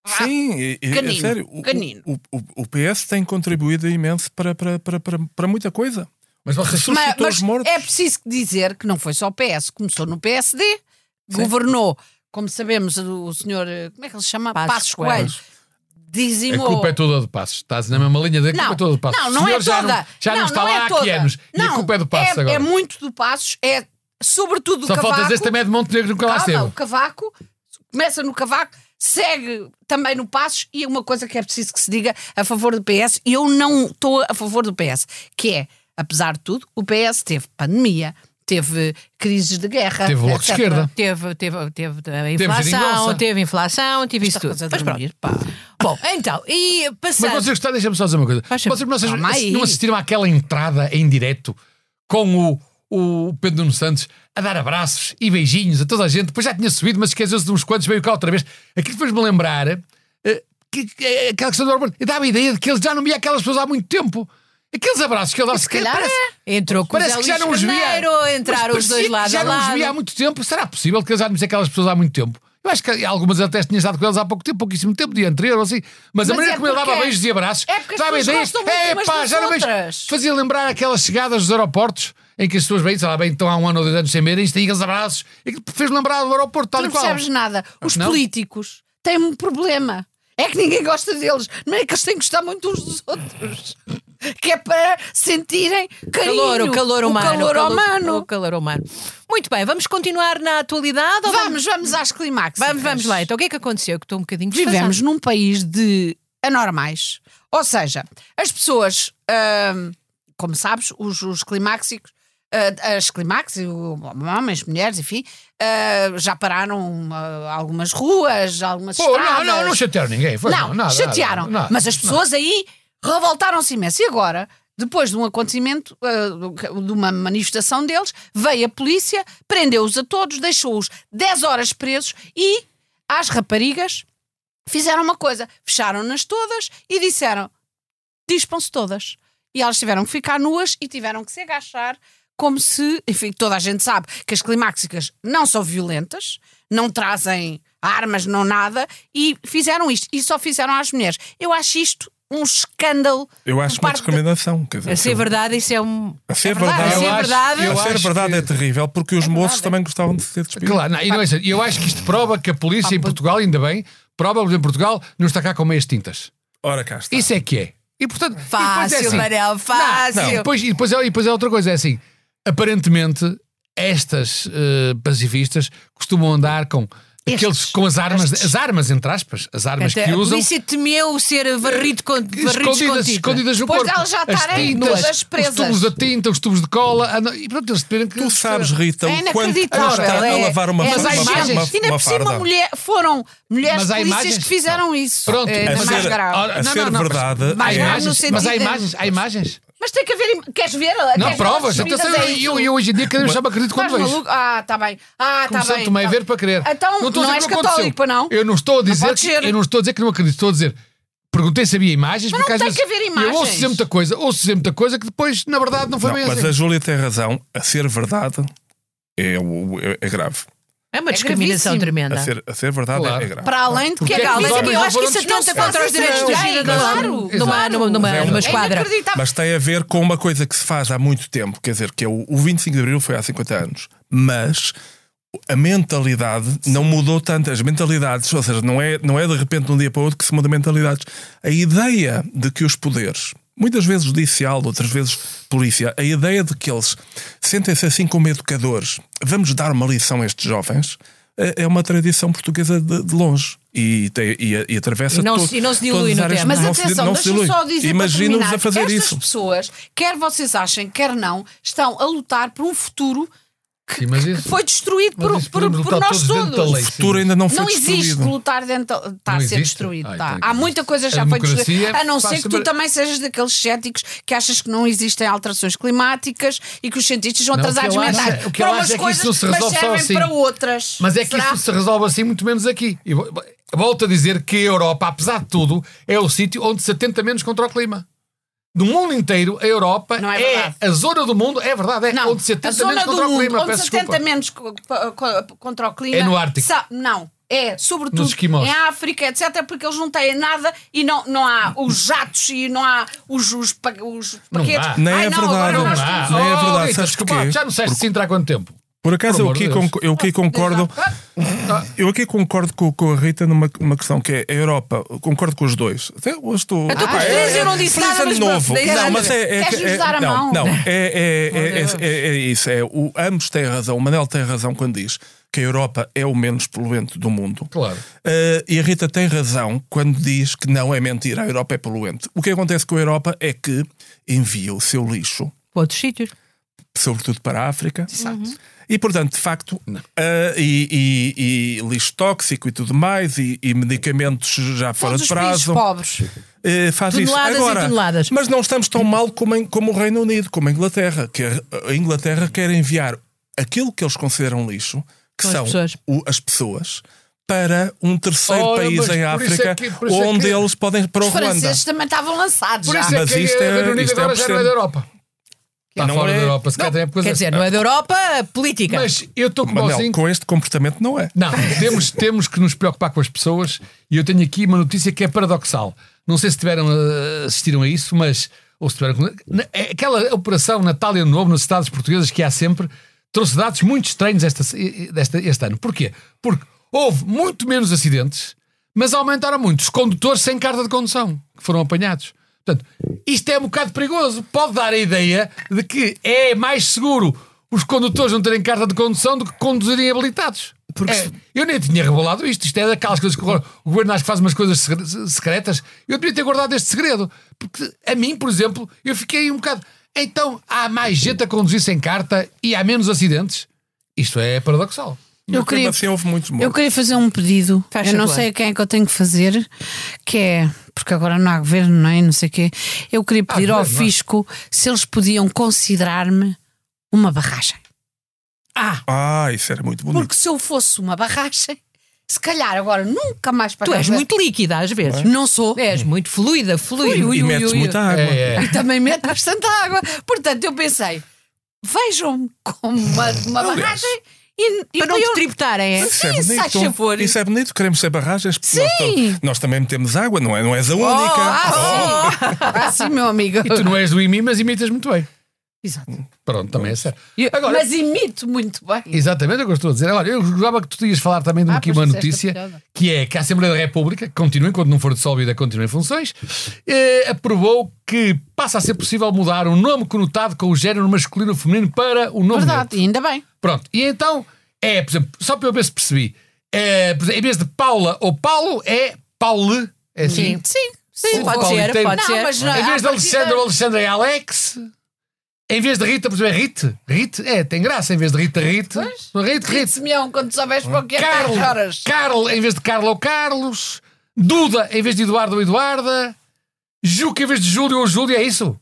E: Sim, e- e-
A: Canino,
E: é sério. O,
A: canino.
E: o, o, o PS tem contribuído imenso para, para, para, para, para muita coisa.
B: Mas vocês
E: Ressuscitou
A: Mas, mas
E: os mortos.
A: é preciso dizer que não foi só o PS, começou no PSD, governou, como sabemos, o senhor, eh, como é que ele se chama?
C: Passos
A: Passos, Coelho.
B: A
A: Dizimou.
B: culpa é toda do Passos. Estás na mesma linha da culpa
A: Não,
B: é toda do Passos.
A: não,
B: o
A: não é
B: senhor já
A: toda.
B: não, já não, está
A: é
B: lá há que
A: toda.
B: anos. e a
A: Não,
B: culpa é do Passos
A: é,
B: agora.
A: É muito do Passos, é sobretudo do
B: Só
A: Cavaco.
B: falta dizer também é de Montenegro nunca lá
A: Calma, o
B: esteve.
A: Cavaco começa no Cavaco, segue também no Passos e uma coisa que é preciso que se diga a favor do PS, e eu não estou a favor do PS, que é, apesar de tudo, o PS teve pandemia, teve crises de guerra.
B: Teve o Bloco de
A: etc.
B: Esquerda.
C: Teve, teve, teve a
B: geringonça.
C: inflação, teve inflação, tive isso tudo.
A: coisa de
C: Mas pronto.
A: dormir,
C: Bom, então, e
B: Mas
C: passando.
B: vocês gostaram, deixa-me só dizer uma coisa.
C: Faz favor.
B: Vocês não,
C: Calma aí.
B: não assistiram àquela entrada em direto com o, o Pedro Nuno Santos a dar abraços e beijinhos a toda a gente. Depois já tinha subido, mas esqueceu-se de uns quantos, veio cá outra vez. Aquilo fez-me lembrar eh, que, que- aquela questão do Orban. E dava a ideia de que ele já não via aquelas pessoas há muito tempo. Aqueles abraços que ele dava, se
A: calhar é.
B: parece-
C: é. Entrou com
B: Parece
C: o
B: que
C: Zé
B: já não
C: Luís
B: os via.
C: Carneiro, entraram
B: Mas
C: os dois
B: parecia
C: lado
B: que Já
C: a
B: não os
C: lado.
B: via há muito tempo. Será possível que casarmos aquelas pessoas há muito tempo? Eu acho que algumas até tinha estado com eles há pouco tempo, pouquíssimo tempo, dia anterior ou assim. Mas, a
A: Mas
B: maneira
A: é
B: como ele dava
A: porque-
B: beijos e abraços,
A: é porque as
B: dava
A: pessoas
B: ideias.
A: gostam muito umas
B: "Epá,
A: das
B: É, já não vejo."
A: outras.
B: Fazia lembrar aquelas chegadas dos aeroportos em que as pessoas bem, sei lá, bem, estão há um ano ou dois anos sem ver, e tem aqueles abraços. E que fez lembrar do aeroporto,
A: Tu
B: tal e
A: não
B: qual.
A: percebes nada. Os
B: Não?
A: políticos têm um problema. É que ninguém gosta deles. Não é que eles têm que gostar muito uns dos outros. Que é para sentirem carinho.
C: Calor, o calor humano.
A: O calor humano.
C: O calor humano. Muito bem, vamos continuar na atualidade? ou
A: Então Vamos, vamos às climax.
C: Vamos, vamos lá, então o que é que aconteceu? Que estou um bocadinho
A: Vivemos
C: desfasada.
A: num país de anormais. Ou seja, as pessoas, ahm, como sabes, os, os climáxicos, ah, as climax, o- homens, mulheres, enfim, ah, já pararam ah, algumas ruas, algumas
B: Pô, não,
A: estradas.
B: não, não chatearam ninguém. Foi,
A: não,
B: nada,
A: chatearam.
B: nada, nada.
A: mas as pessoas aí revoltaram-se imenso. E agora, depois de um acontecimento, ah, de uma manifestação deles, veio a polícia, prendeu-os a todos, deixou-os 10 horas presos e às raparigas fizeram uma coisa: fecharam-nas todas e disseram: dispam-se todas. E elas tiveram que ficar nuas e tiveram que se agachar, como se, enfim, toda a gente sabe que as climáxicas não são violentas, não trazem armas, não nada, e fizeram isto. E só fizeram às mulheres. Eu acho isto um escândalo.
E: Eu acho
A: por
E: uma
A: parte da-
E: discriminação. Quer dizer,
C: A ser verdade, isso é um.
E: A ser
A: verdade,
E: verdade,
C: a ser
E: eu acho-
C: verdade-
E: a
B: eu
E: ser
B: acho
E: verdade
B: que-
E: é terrível, porque os moços também gostavam de ser despidos.
B: Claro, não, e não é isso. eu acho que isto prova que a
A: Ah,
B: polícia em Portugal, ainda bem, prova que em Portugal não está cá com meias tintas.
E: Ora cá está.
B: Isso é que é. E portanto, e depois é
C: Fácil,
B: assim.
C: Manel, fácil.
B: E depois, e depois é, e depois é outra coisa, é assim, aparentemente estas eh, pacifistas costumam andar com aqueles com as armas, as armas entre aspas, as armas
C: Até
B: que
C: a
B: usam
C: polícia temeu ser varrido com varrido
B: escondidas,
C: escondido.
B: escondidas no
A: Depois
B: corpo.
A: delas já estarem todas
B: os
A: presas.
B: tubos da tinta, os tubos de cola, andam- e pronto, eles esperam que
E: Tu sabes, Rita,
A: É
E: o quanto
A: inacreditável.
E: custa a
A: é,
E: lavar uma,
A: é,
E: uma,
A: as
E: uma,
A: imagens.
E: uma,
A: Ainda por cima
E: farda.
A: mulher, foram mulheres
B: Mas há
A: polícias
B: imagens?
A: que fizeram isso.
B: Pronto,
A: é,
B: a
A: ainda mais
E: ser-
A: grave.
B: Ora,
E: A
B: não,
E: ser
B: não, não, mas-
E: verdade
B: Há
A: mais
E: é-
A: nada no
B: imagens, mas há
A: sentido-
B: imagens, há imagens.
A: Mas tem que haver. im- Queres ver?
B: Não,
A: Queres
B: provas.
A: ver as
B: Atenção,
A: subidas? É
B: eu,
A: isso.
B: eu hoje em dia cada vez só me acredito quando
A: Estás
B: vejo.
A: maluco? Ah, está bem. Ah, está
B: Começando
A: bem.
B: também a ver para querer.
A: Então, não,
B: estou a dizer
A: és
B: que aconteceu.
A: católico, para não?
B: Eu não estou a dizer,
A: pode
B: que,
A: ser.
B: eu não estou a dizer que não acredito, estou a dizer. Perguntei se havia imagens,
A: Mas
B: porque
A: não
B: às
A: tem
B: vezes
A: que haver
B: Eu ouço
A: imagens.
B: sempre muita coisa, ouço sempre muita coisa que depois, na verdade, não foi bem
E: Não, mas
B: assim.
E: a Júlia tem razão. A ser verdade é, o- é- é grave.
C: É uma discriminação
A: gravíssimo.
C: tremenda.
E: A ser, a ser verdade
B: Claro.
E: é, é grave.
A: Para além de que
B: Porque
A: é
B: é que os
A: mas
C: Mas
B: homens
C: eu
B: não
C: acho que
B: foram
C: isso atenta
B: descalços.
C: contra os direitos
A: Sim,
C: dos cidadãos
A: claro,
C: numa, numa, numa,
E: Mas é
C: numa
E: uma-
A: É
C: esquadra.
A: inacreditável.
E: Mas tem a ver com uma coisa que se faz há muito tempo. Quer dizer, que é o, o 25 de Abril foi há 50 anos. Mas a mentalidade não mudou tanto. As mentalidades, ou seja, não é, não é de repente de um dia para o outro que se muda mentalidades. A ideia de que os poderes, muitas vezes judicial, outras vezes polícia, a ideia de que eles sentem-se assim como educadores, vamos dar uma lição a estes jovens, é- é uma tradição portuguesa de, de longe. E, tem- e, e atravessa
C: E não
E: todo-
C: se- e não se dilui
E: todas as
C: no
E: áreas-
C: tempo.
A: Mas
E: não se-
A: atenção,
E: não se
A: deixa-me
E: dilui.
A: só dizer
E: Imagina-os
A: para terminar,
E: a fazer
A: que estas
E: isso.
A: pessoas, quer vocês achem, quer não, estão a lutar por um futuro
B: Sim, mas isso-
A: que foi destruído
B: mas
A: por, um-
B: isso
A: por,
B: podemos
A: por
B: lutar
A: nós
B: todos dentro da lei,
A: todos.
B: sim.
E: futuro ainda não foi
A: Não existe
E: destruído.
A: lutar dentro. Está a
B: Não
A: ser
B: existe?
A: destruído.
B: Ah,
A: tá.
B: então,
A: Há muita coisa que já
B: a
A: foi
B: democracia
A: destruída. A não
B: faz
A: ser que tu
B: sobre-
A: também sejas daqueles céticos que achas que não existem alterações climáticas e que os cientistas vão
B: Não, o
A: atrasar
B: que
A: as
B: eu acho-
A: mentais
B: o que
A: para
B: eu acho
A: umas
B: é que isso
A: coisas,
B: se
A: mas
B: resolve só
A: servem
B: assim.
A: para outras.
B: Mas é que
A: Será?
B: isso se resolve assim, muito menos aqui. E vo- volto a dizer que a Europa, apesar de tudo, é o sítio onde se atenta menos contra o clima. No mundo inteiro, a Europa
A: Não é
B: é,
A: verdade.
B: a zona do mundo, é verdade, é
A: Não,
B: onde se
A: a
B: atenta menos
A: zona do
B: contra o
A: mundo
B: clima.
A: onde
B: peço
A: se atenta
B: desculpa.
A: menos co- co- co- contra o clima.
B: É no Ártico.
A: sa- não. É, sobretudo
B: Nos esquimós.
A: em África, etc., porque eles não têm nada e não, não há os jatos e não há os, os, pa- os
B: Não
A: paquetes.
B: há.
E: Nem
A: Ai,
E: é
A: não, agora
E: verdade.
B: Não
A: nós
B: há.
A: temos-
E: Não é verdade,
B: Oh, Rita,
E: sabes
B: desculpa,
E: porquê?
B: Já não sei se Sintra há quanto tempo.
E: Por acaso
B: Por
E: eu
B: amor de
E: aqui,
B: Deus.
E: conco- eu aqui concordo. Eu aqui concordo com, com a Rita numa, numa questão que é a Europa. eu Concordo com os dois. Até hoje estou.
C: estou com os três, eu não disse
E: Feliz
C: nada,
E: ano
C: mas
E: novo.
C: pronto,
E: Não,
C: deixa-me
E: mas é, é,
A: Queres-nos
E: é-
A: dar a
E: não,
A: mão?
E: não, é, é, é, é, é- é isso. É, o, ambos têm razão. O Manel tem razão quando diz que a Europa é o menos poluente do mundo.
B: Claro.
E: Uh, e a Rita tem razão quando diz que não é mentira, a Europa é poluente. O que acontece com a Europa é que envia o seu lixo
C: Para Outros sítios.
E: sobretudo para a África.
A: Uhum.
E: E, portanto, de facto, ah, e, e- e lixo tóxico e tudo mais, e, e medicamentos já fora
A: Todos
E: de
A: os países
E: prazo.
A: pobres.
E: eh, faz isso.
C: Toneladas e
E: Agora,
C: toneladas.
E: mas não estamos tão mal como, em- como o Reino Unido, como a Inglaterra, que a, a Inglaterra quer enviar aquilo que eles consideram lixo, que
C: São as
E: são
C: pessoas.
E: o- as pessoas, para um terceiro
B: Ora,
E: país
B: mas
E: em
B: por isso
E: África,
B: é que- por isso é
E: onde
B: que-
E: eles podem para o
A: Os
E: Ruanda.
A: franceses também estavam lançados
B: Por
A: já.
B: isso é
E: Mas
B: que
E: isto
B: a
E: é-
B: Reino Unido
E: isto é
B: agora já não é da
E: obsceno.
B: Europa. Está
E: não
B: fora
E: é-
B: da Europa, se calhar também é por causa
C: Quer dizer, não é da Europa política.
B: Mas eu estou como
E: Manel,
B: assim.
E: com este comportamento não é.
B: Não, temos, temos que nos preocupar com as pessoas e eu tenho aqui uma notícia que é paradoxal. Não sei se tiveram, eh, assistiram a isso, mas. Ou se tiveram. na- é Aquela operação Natal e Ano Novo nas cidades portuguesas que há sempre trouxe dados muito estranhos esta, se- eh, desta- este ano. Porquê? Porque houve muito menos acidentes, mas aumentaram muito os condutores sem carta de condução que foram apanhados. Portanto, isto é um bocado perigoso. Pode dar a ideia de que é mais seguro os condutores não terem carta de condução do que conduzirem habilitados. É, eu nem tinha rebolado isto. Isto é daquelas coisas que o governo acho que faz umas coisas segre- se- secretas. Eu devia ter guardado este segredo. Porque a mim, por exemplo, eu fiquei um bocado. Então há mais gente a conduzir sem carta e há menos acidentes? Isto é paradoxal.
A: Eu queria,
E: Mesmo assim houve muitos
A: eu
E: mortos.
A: queria fazer um pedido.
C: Faz
A: eu não
C: favor.
A: sei a quem é que eu tenho que fazer, que é. Porque agora não há governo, não é? Não sei o quê. Eu queria pedir ao
B: governo, não é?
A: fisco se eles podiam considerar-me uma barragem. Ah!
E: Ah, isso era muito bonito.
A: Porque se eu fosse uma barragem, se calhar agora nunca mais para
C: tu és
A: casa-
C: muito líquida às vezes.
A: Não sou.
C: És muito fluida,
A: Ui,
C: fluida.
A: ui,
E: e metes muita água.
B: É, é.
A: E também mete bastante água. Portanto, eu pensei, vejam-me como uma,
B: É
A: uma
B: um
A: barragem e, e
C: Para não
A: eu-
C: te tributarem, é?
E: Isso
A: Sim,
E: é
A: se faz
E: bonito.
A: favor.
E: Isso é bonito, queremos ser barragens. porque Nós,
A: Sim.
E: tam- nós também metemos água, não é? Não és a única. Oh,
A: Ah, sim. Ah, sim, meu amigo.
B: Oh. E tu não és do IMI, mas imitas muito bem.
A: Exato.
B: Pronto, também é certo.
A: Eu-
B: Agora,
A: Mas imito muito bem.
B: Exatamente é o que eu estou a dizer. Agora, eu gostava que tu ias falar também de um
A: Ah,
B: aqui
A: pois
B: uma
A: disseste a
B: notícia
A: piada.
B: que é que a Assembleia da República, que continua, enquanto não for dissolvida, continua em funções, eh, aprovou que passa a ser possível mudar o nome conotado com o género masculino ou feminino para o nome neutro.
A: Verdade, e ainda bem.
B: Pronto, e então é, por exemplo, só para eu ver se percebi, é, por exemplo, em vez de Paula ou Paulo, é Paule. É assim?
C: Sim.
A: Sim,
C: Sim,
A: sim.
C: pode
B: Paulo,
C: ser,
B: é tem-
C: pode
A: Não,
C: ser.
A: mas não,
B: Em vez de
A: à
B: Alexandre ou
A: partida-
B: Alexandre é Alex. Em vez de Rita, por exemplo, é Rite. Rite, é, tem graça. Em vez de Rita, Rite. Rite, Rite.
A: Simeão, quando souberes para o que é
B: Carlos,
A: que horas.
B: Carl em vez de Carla ou Carlos, Duda em vez de Eduardo ou Eduarda, Juca em vez de Júlio ou Júlia, é isso?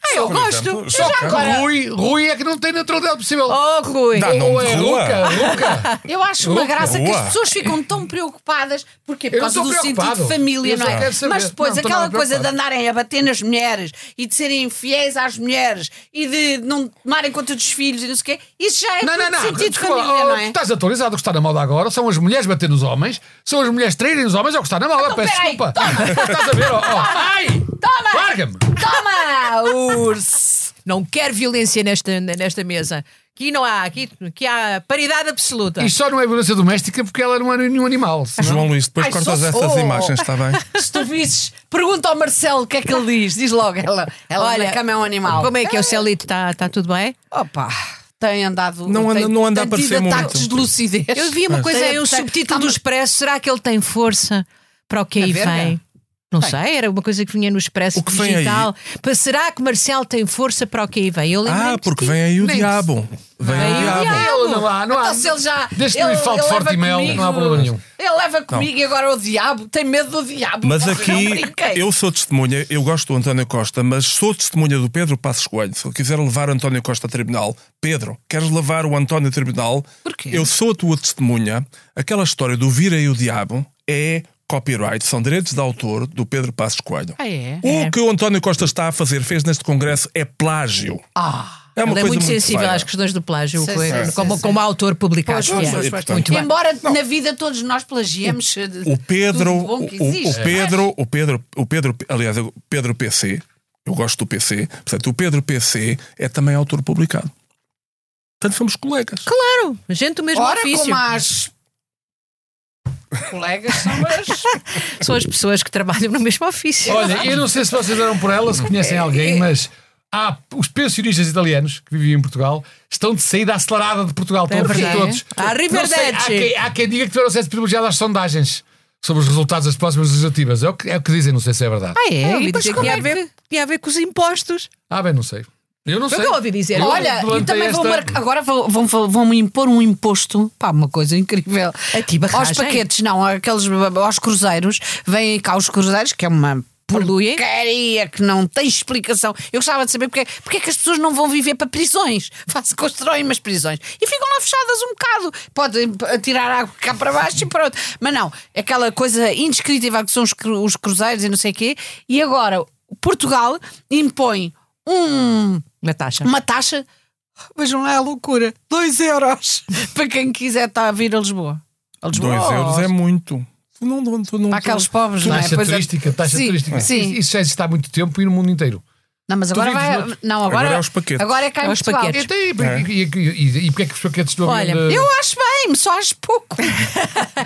C: Ah, eu
A: oh,
E: Por
C: gosto.
E: exemplo,
C: Eu
E: só
C: já-
E: que-
B: Rui, Rui é que não tem naturalidade possível.
C: Oh, Rui.
E: Dá nome
B: ou
E: de
B: é
E: rua.
B: Ruca,
A: <laughs>
B: Ruca.
A: Eu acho uma
B: Louca,
A: graça que
E: boa.
A: as pessoas ficam tão preocupadas porque é por
B: Eu não
A: causa
B: estou
A: do sentido
B: preocupado.
A: de família,
B: Eu
A: não
B: só
A: é?
B: quero saber.
A: Mas depois
B: Não, estou
A: aquela
B: nada
A: coisa de
B: preocupado.
A: andarem a bater nas mulheres e de serem infiéis às mulheres e de não tomarem conta dos filhos e não sei o quê, isso já é
B: Não, não,
A: tudo
B: não.
A: sentido de
B: Desculpa,
A: família,
B: oh,
A: não
B: tu
A: é?
B: estás atualizado. O que está na moda agora são as mulheres bater nos homens, são as mulheres traírem os homens, é o que está na moda.
A: Então,
B: Peço
A: peraí,
B: desculpa.
A: toma.
B: <laughs> Estás a ver? Oh, oh. Ai!
A: Toma!
B: Larga-me!
A: Toma, urso!
C: Não quero violência nesta, nesta mesa. Aqui não há, aqui, aqui há paridade absoluta.
B: Isto só não é violência doméstica porque ela não é nenhum animal. senão-
E: João Luís, depois
A: Ai,
E: cortas
A: sou-
E: essas
A: oh.
E: imagens,
A: <laughs>
E: está bem?
A: Se tu visses, pergunta ao Marcelo o que é que ele diz. Diz logo, ela, ela na cama é um animal.
C: Como é que é o Celito? Está tá tudo bem?
A: Opa, tem andado.
E: Não anda-
A: tem,
E: não anda a
A: tem tido
E: aparecer muito.
A: ataques de lucidez.
C: Eu vi
E: Ah,
C: uma coisa,
A: Tem-
C: um
A: tem-
C: subtítulo
A: tá-
C: do Expresso. Será que ele tem força para o que aí
A: Na verga?
C: vem? Não sei, era uma coisa que vinha no Expresso
E: O que vem
C: Digital. Para, será que Marcelo tem força para o que aí vem? Eu
E: Ah,
C: lembrei-me de
E: porque
C: ti.
E: vem aí o
B: Nem-
E: diabo. Vem
C: Vem
E: o
C: o
E: diabo.
C: diabo.
B: Ele não há, não há.
A: Então, se ele já.
B: Desde que
A: ele-
B: lhe falte
A: ele leva
B: forte e mel,
A: comigo-
B: não há problema nenhum.
A: Ele leva comigo e agora o diabo tem medo do diabo.
E: Então.
A: Então,
E: Mas
A: Não
E: aqui
A: brinquem.
E: eu sou testemunha, eu gosto do António Costa, mas sou testemunha do Pedro Passos Coelho. Se ele quiser levar o António Costa a tribunal, Pedro, queres levar o António a tribunal?
A: Porquê?
E: Eu sou a tua testemunha. Aquela história do Vira e o Diabo é copyright, são direitos de autor do Pedro Passos Coelho.
A: Ah, é?
E: O que o António Costa está a fazer, fez neste congresso, é plágio.
A: Ah.
E: É uma
C: Ele é
E: coisa
C: muito sensível
E: feia.
C: às questões do plágio,
A: Sim,
C: co-
A: sim, sim,
C: como,
A: sim.
C: como autor publicado.
A: Pois, pois,
E: pois,
C: É.
E: pois, pois.
C: Muito bem.
A: Embora na vida todos nós plagiemos eh, de-
E: O Pedro,
A: tudo bom que
E: o- o,
A: existe, é?
E: Pedro, o Pedro, o Pedro, aliás, o Pedro PC, eu gosto do PC, portanto, o Pedro PC é também autor publicado. Portanto, somos colegas.
C: Claro, gente do mesmo
A: Ora,
C: ofício.
A: como as colegas são as.
C: São as pessoas que trabalham no mesmo ofício.
B: Olha, eu não sei se vocês eram por ela, se conhecem alguém, mas há os pensionistas italianos que viviam em Portugal estão de saída acelerada de Portugal. Estão
C: É
B: a fugir
C: verdade.
B: todos.
C: Arrivederci.
B: Não sei, há, quem, há quem diga que tiveram acesso privilegiado às sondagens sobre os resultados das próximas legislativas. É o que, é o que dizem, não sei se é verdade.
C: Ah, é?
A: Ah,
C: E
A: mas
C: dizer que
A: como
C: tinha,
A: é
C: a ver, tinha a ver com os impostos.
B: Ah, bem, não sei. Eu não
C: Foi
B: sei.
C: o que eu ouvi dizer.
A: Olha, eu
B: levantei
A: também vou
B: esta-
A: marcar. Agora vão, vão, vão me impor um imposto. Pá, uma coisa incrível.
C: A ti, barragem?
A: aos paquetes, não, aqueles aos cruzeiros. Vêm cá os cruzeiros, que é uma.
C: Poluem?
A: Porcaria que não tem explicação. Eu gostava de saber porque, porque é que as pessoas não vão viver para prisões. Faz, constroem umas prisões e ficam lá fechadas um bocado. Podem tirar água cá para baixo e pronto. Mas não, aquela coisa indescritível que são os, cru- os cruzeiros e não sei o quê. E agora, Portugal impõe um
C: Uma taxa.
A: uma taxa, vejam lá a loucura, 2 euros <laughs> para quem quiser estar a vir a Lisboa. A Lisboa.
E: 2 euros é muito. Tu não, tu não, tu não,
A: Para aqueles pobres, não é?
B: Taxa
A: Pois é.
B: turística, taxa
A: sim,
B: turística.
A: Sim.
B: Isso já existe há muito tempo e no mundo inteiro.
A: Não, mas agora
B: vives
A: vai.
B: noutro.
A: Não, agora,
E: Agora é aos paquetes.
A: Agora é cá em
C: Aos
A: Portugal.
C: paquetes.
B: Então, e, e, e, e, e porque é que os paquetes do
C: Olha,
B: avião de- eh,
A: Eu acho bem, só acho <laughs> pouco.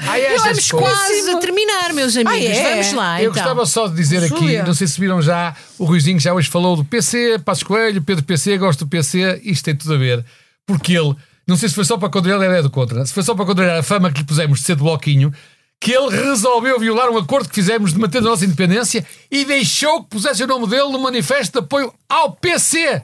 B: Ai, estas
C: Estamos
B: coisas.
C: quase a terminar, meus amigos.
A: Ah, é?
C: Vamos lá,
B: Eu
C: então.
B: gostava só de dizer
A: Júlia.
B: aqui, não sei se viram já, o Ruizinho já hoje falou do PC, Passo Coelho, Pedro PC, gosto do PC, isto tem tudo a ver, porque ele, não sei se foi só para contrariar, ele era do contra, se foi só para contrariar a fama que lhe pusemos de ser do bloquinho, que ele resolveu violar um acordo que fizemos de manter a nossa independência e deixou que pusesse o nome dele no manifesto de apoio ao PC.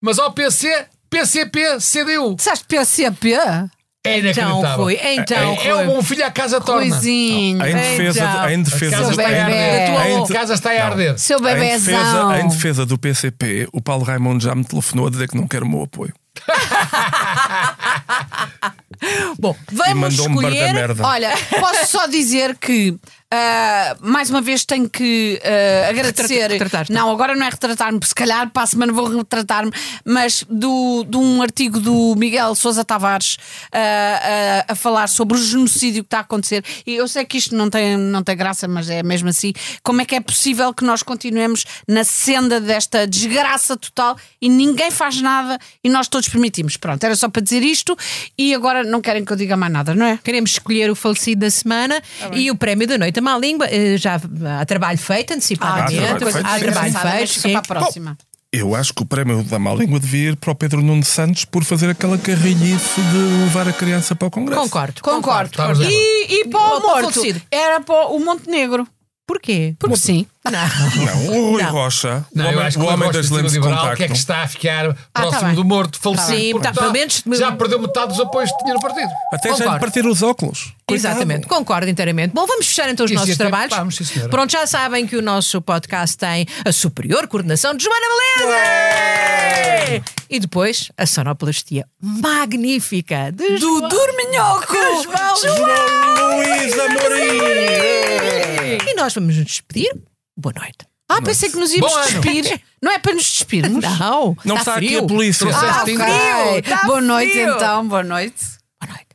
B: Mas ao PC, PCP, CDU.
A: Disseste PCP?
B: É
C: Então,
B: inacreditável.
C: Rui, então,
B: é um
C: Rui.
B: bom filho à casa torna.
A: Coisinho.
E: Em defesa,
C: Então,
E: em
B: A
E: defesa,
B: casa
A: Seu
B: está a
A: bebé.
C: É,
B: arder.
A: A
E: tua-
B: A casa está a arder.
A: Seu
E: em, defesa, em
A: bebezão.
E: defesa do PCP, o Paulo Raimundo já me telefonou a dizer que não quer o meu apoio.
A: <laughs>
C: Bom,
E: e
C: vamos
E: mandou-me bar da
C: escolher.
E: merda.
A: Olha, posso só dizer que ah, mais uma vez tenho que ah, agradecer.
C: retratar-te.
A: não, agora não é retratar-me, se calhar para a semana vou retratar-me, mas do, de um artigo do Miguel Sousa Tavares ah, ah, a falar sobre o genocídio que está a acontecer. E eu sei que isto não tem, não tem graça, mas é mesmo assim. Como é que é possível que nós continuemos na senda desta desgraça total e ninguém faz nada e nós todos permitimos? Pronto, era só para dizer isto e agora não querem que eu diga mais nada, não é?
C: Queremos escolher o falecido da semana e o prémio da noite. A má língua, eh, já há trabalho feito antecipadamente.
E: Ah, há trabalho
C: Há
E: feito, sim.
C: trabalho
A: Engraçada,
C: feito,
A: mas
C: sim.
A: Para a próxima.
E: Eu acho que o prémio da má língua devia ir para o Pedro Nuno Santos por fazer aquela carrilhice de levar a criança para o Congresso.
C: Concordo. tá
A: Concordo.
E: Tá
B: Estamos de
A: E, e para
C: Ou
A: o
C: para o
A: morto,
C: falecido.
A: era para o Montenegro.
C: Porquê?
A: Porque sim.
E: Não, o Rui
C: Não.
E: Rocha,
B: Não,
E: o
B: eu
E: homem,
B: acho
E: o
B: que
E: homem
B: gosta
E: das
B: de
E: lentes de
B: liberal,
E: contacto.
B: que é que está a ficar próximo
A: bem.
B: do morto, falecido.
C: Ah, tá bem. Sim,
B: porque
C: tá, pelo menos-
B: Já perdeu metade dos apoios que tinha no partido.
E: Até já
C: Concordo.
E: de partir os óculos. Coitado.
C: Exatamente, concordo inteiramente. Bom, vamos fechar então os
B: Isso,
C: nossos
B: até
C: trabalhos.
B: vamos, sim, senhora.
C: Pronto, já sabem que o nosso podcast tem a superior coordenação de Joana Beleza! E depois a sonoplastia magnífica de
A: Do Dorminhoco.
E: João Luís Amorim!
C: E nós vamos nos despedir. Boa noite.
A: Ah, pensei que nos íamos
B: Bom
C: <laughs>
B: ano.
A: despir. Não é para nos despirmos?
C: Não,
E: Não está aqui a polícia.
A: Ah,
B: Trouxeste
A: ok.
B: ainda-
C: Tá frio.
A: Boa noite então, boa noite.
C: Boa noite.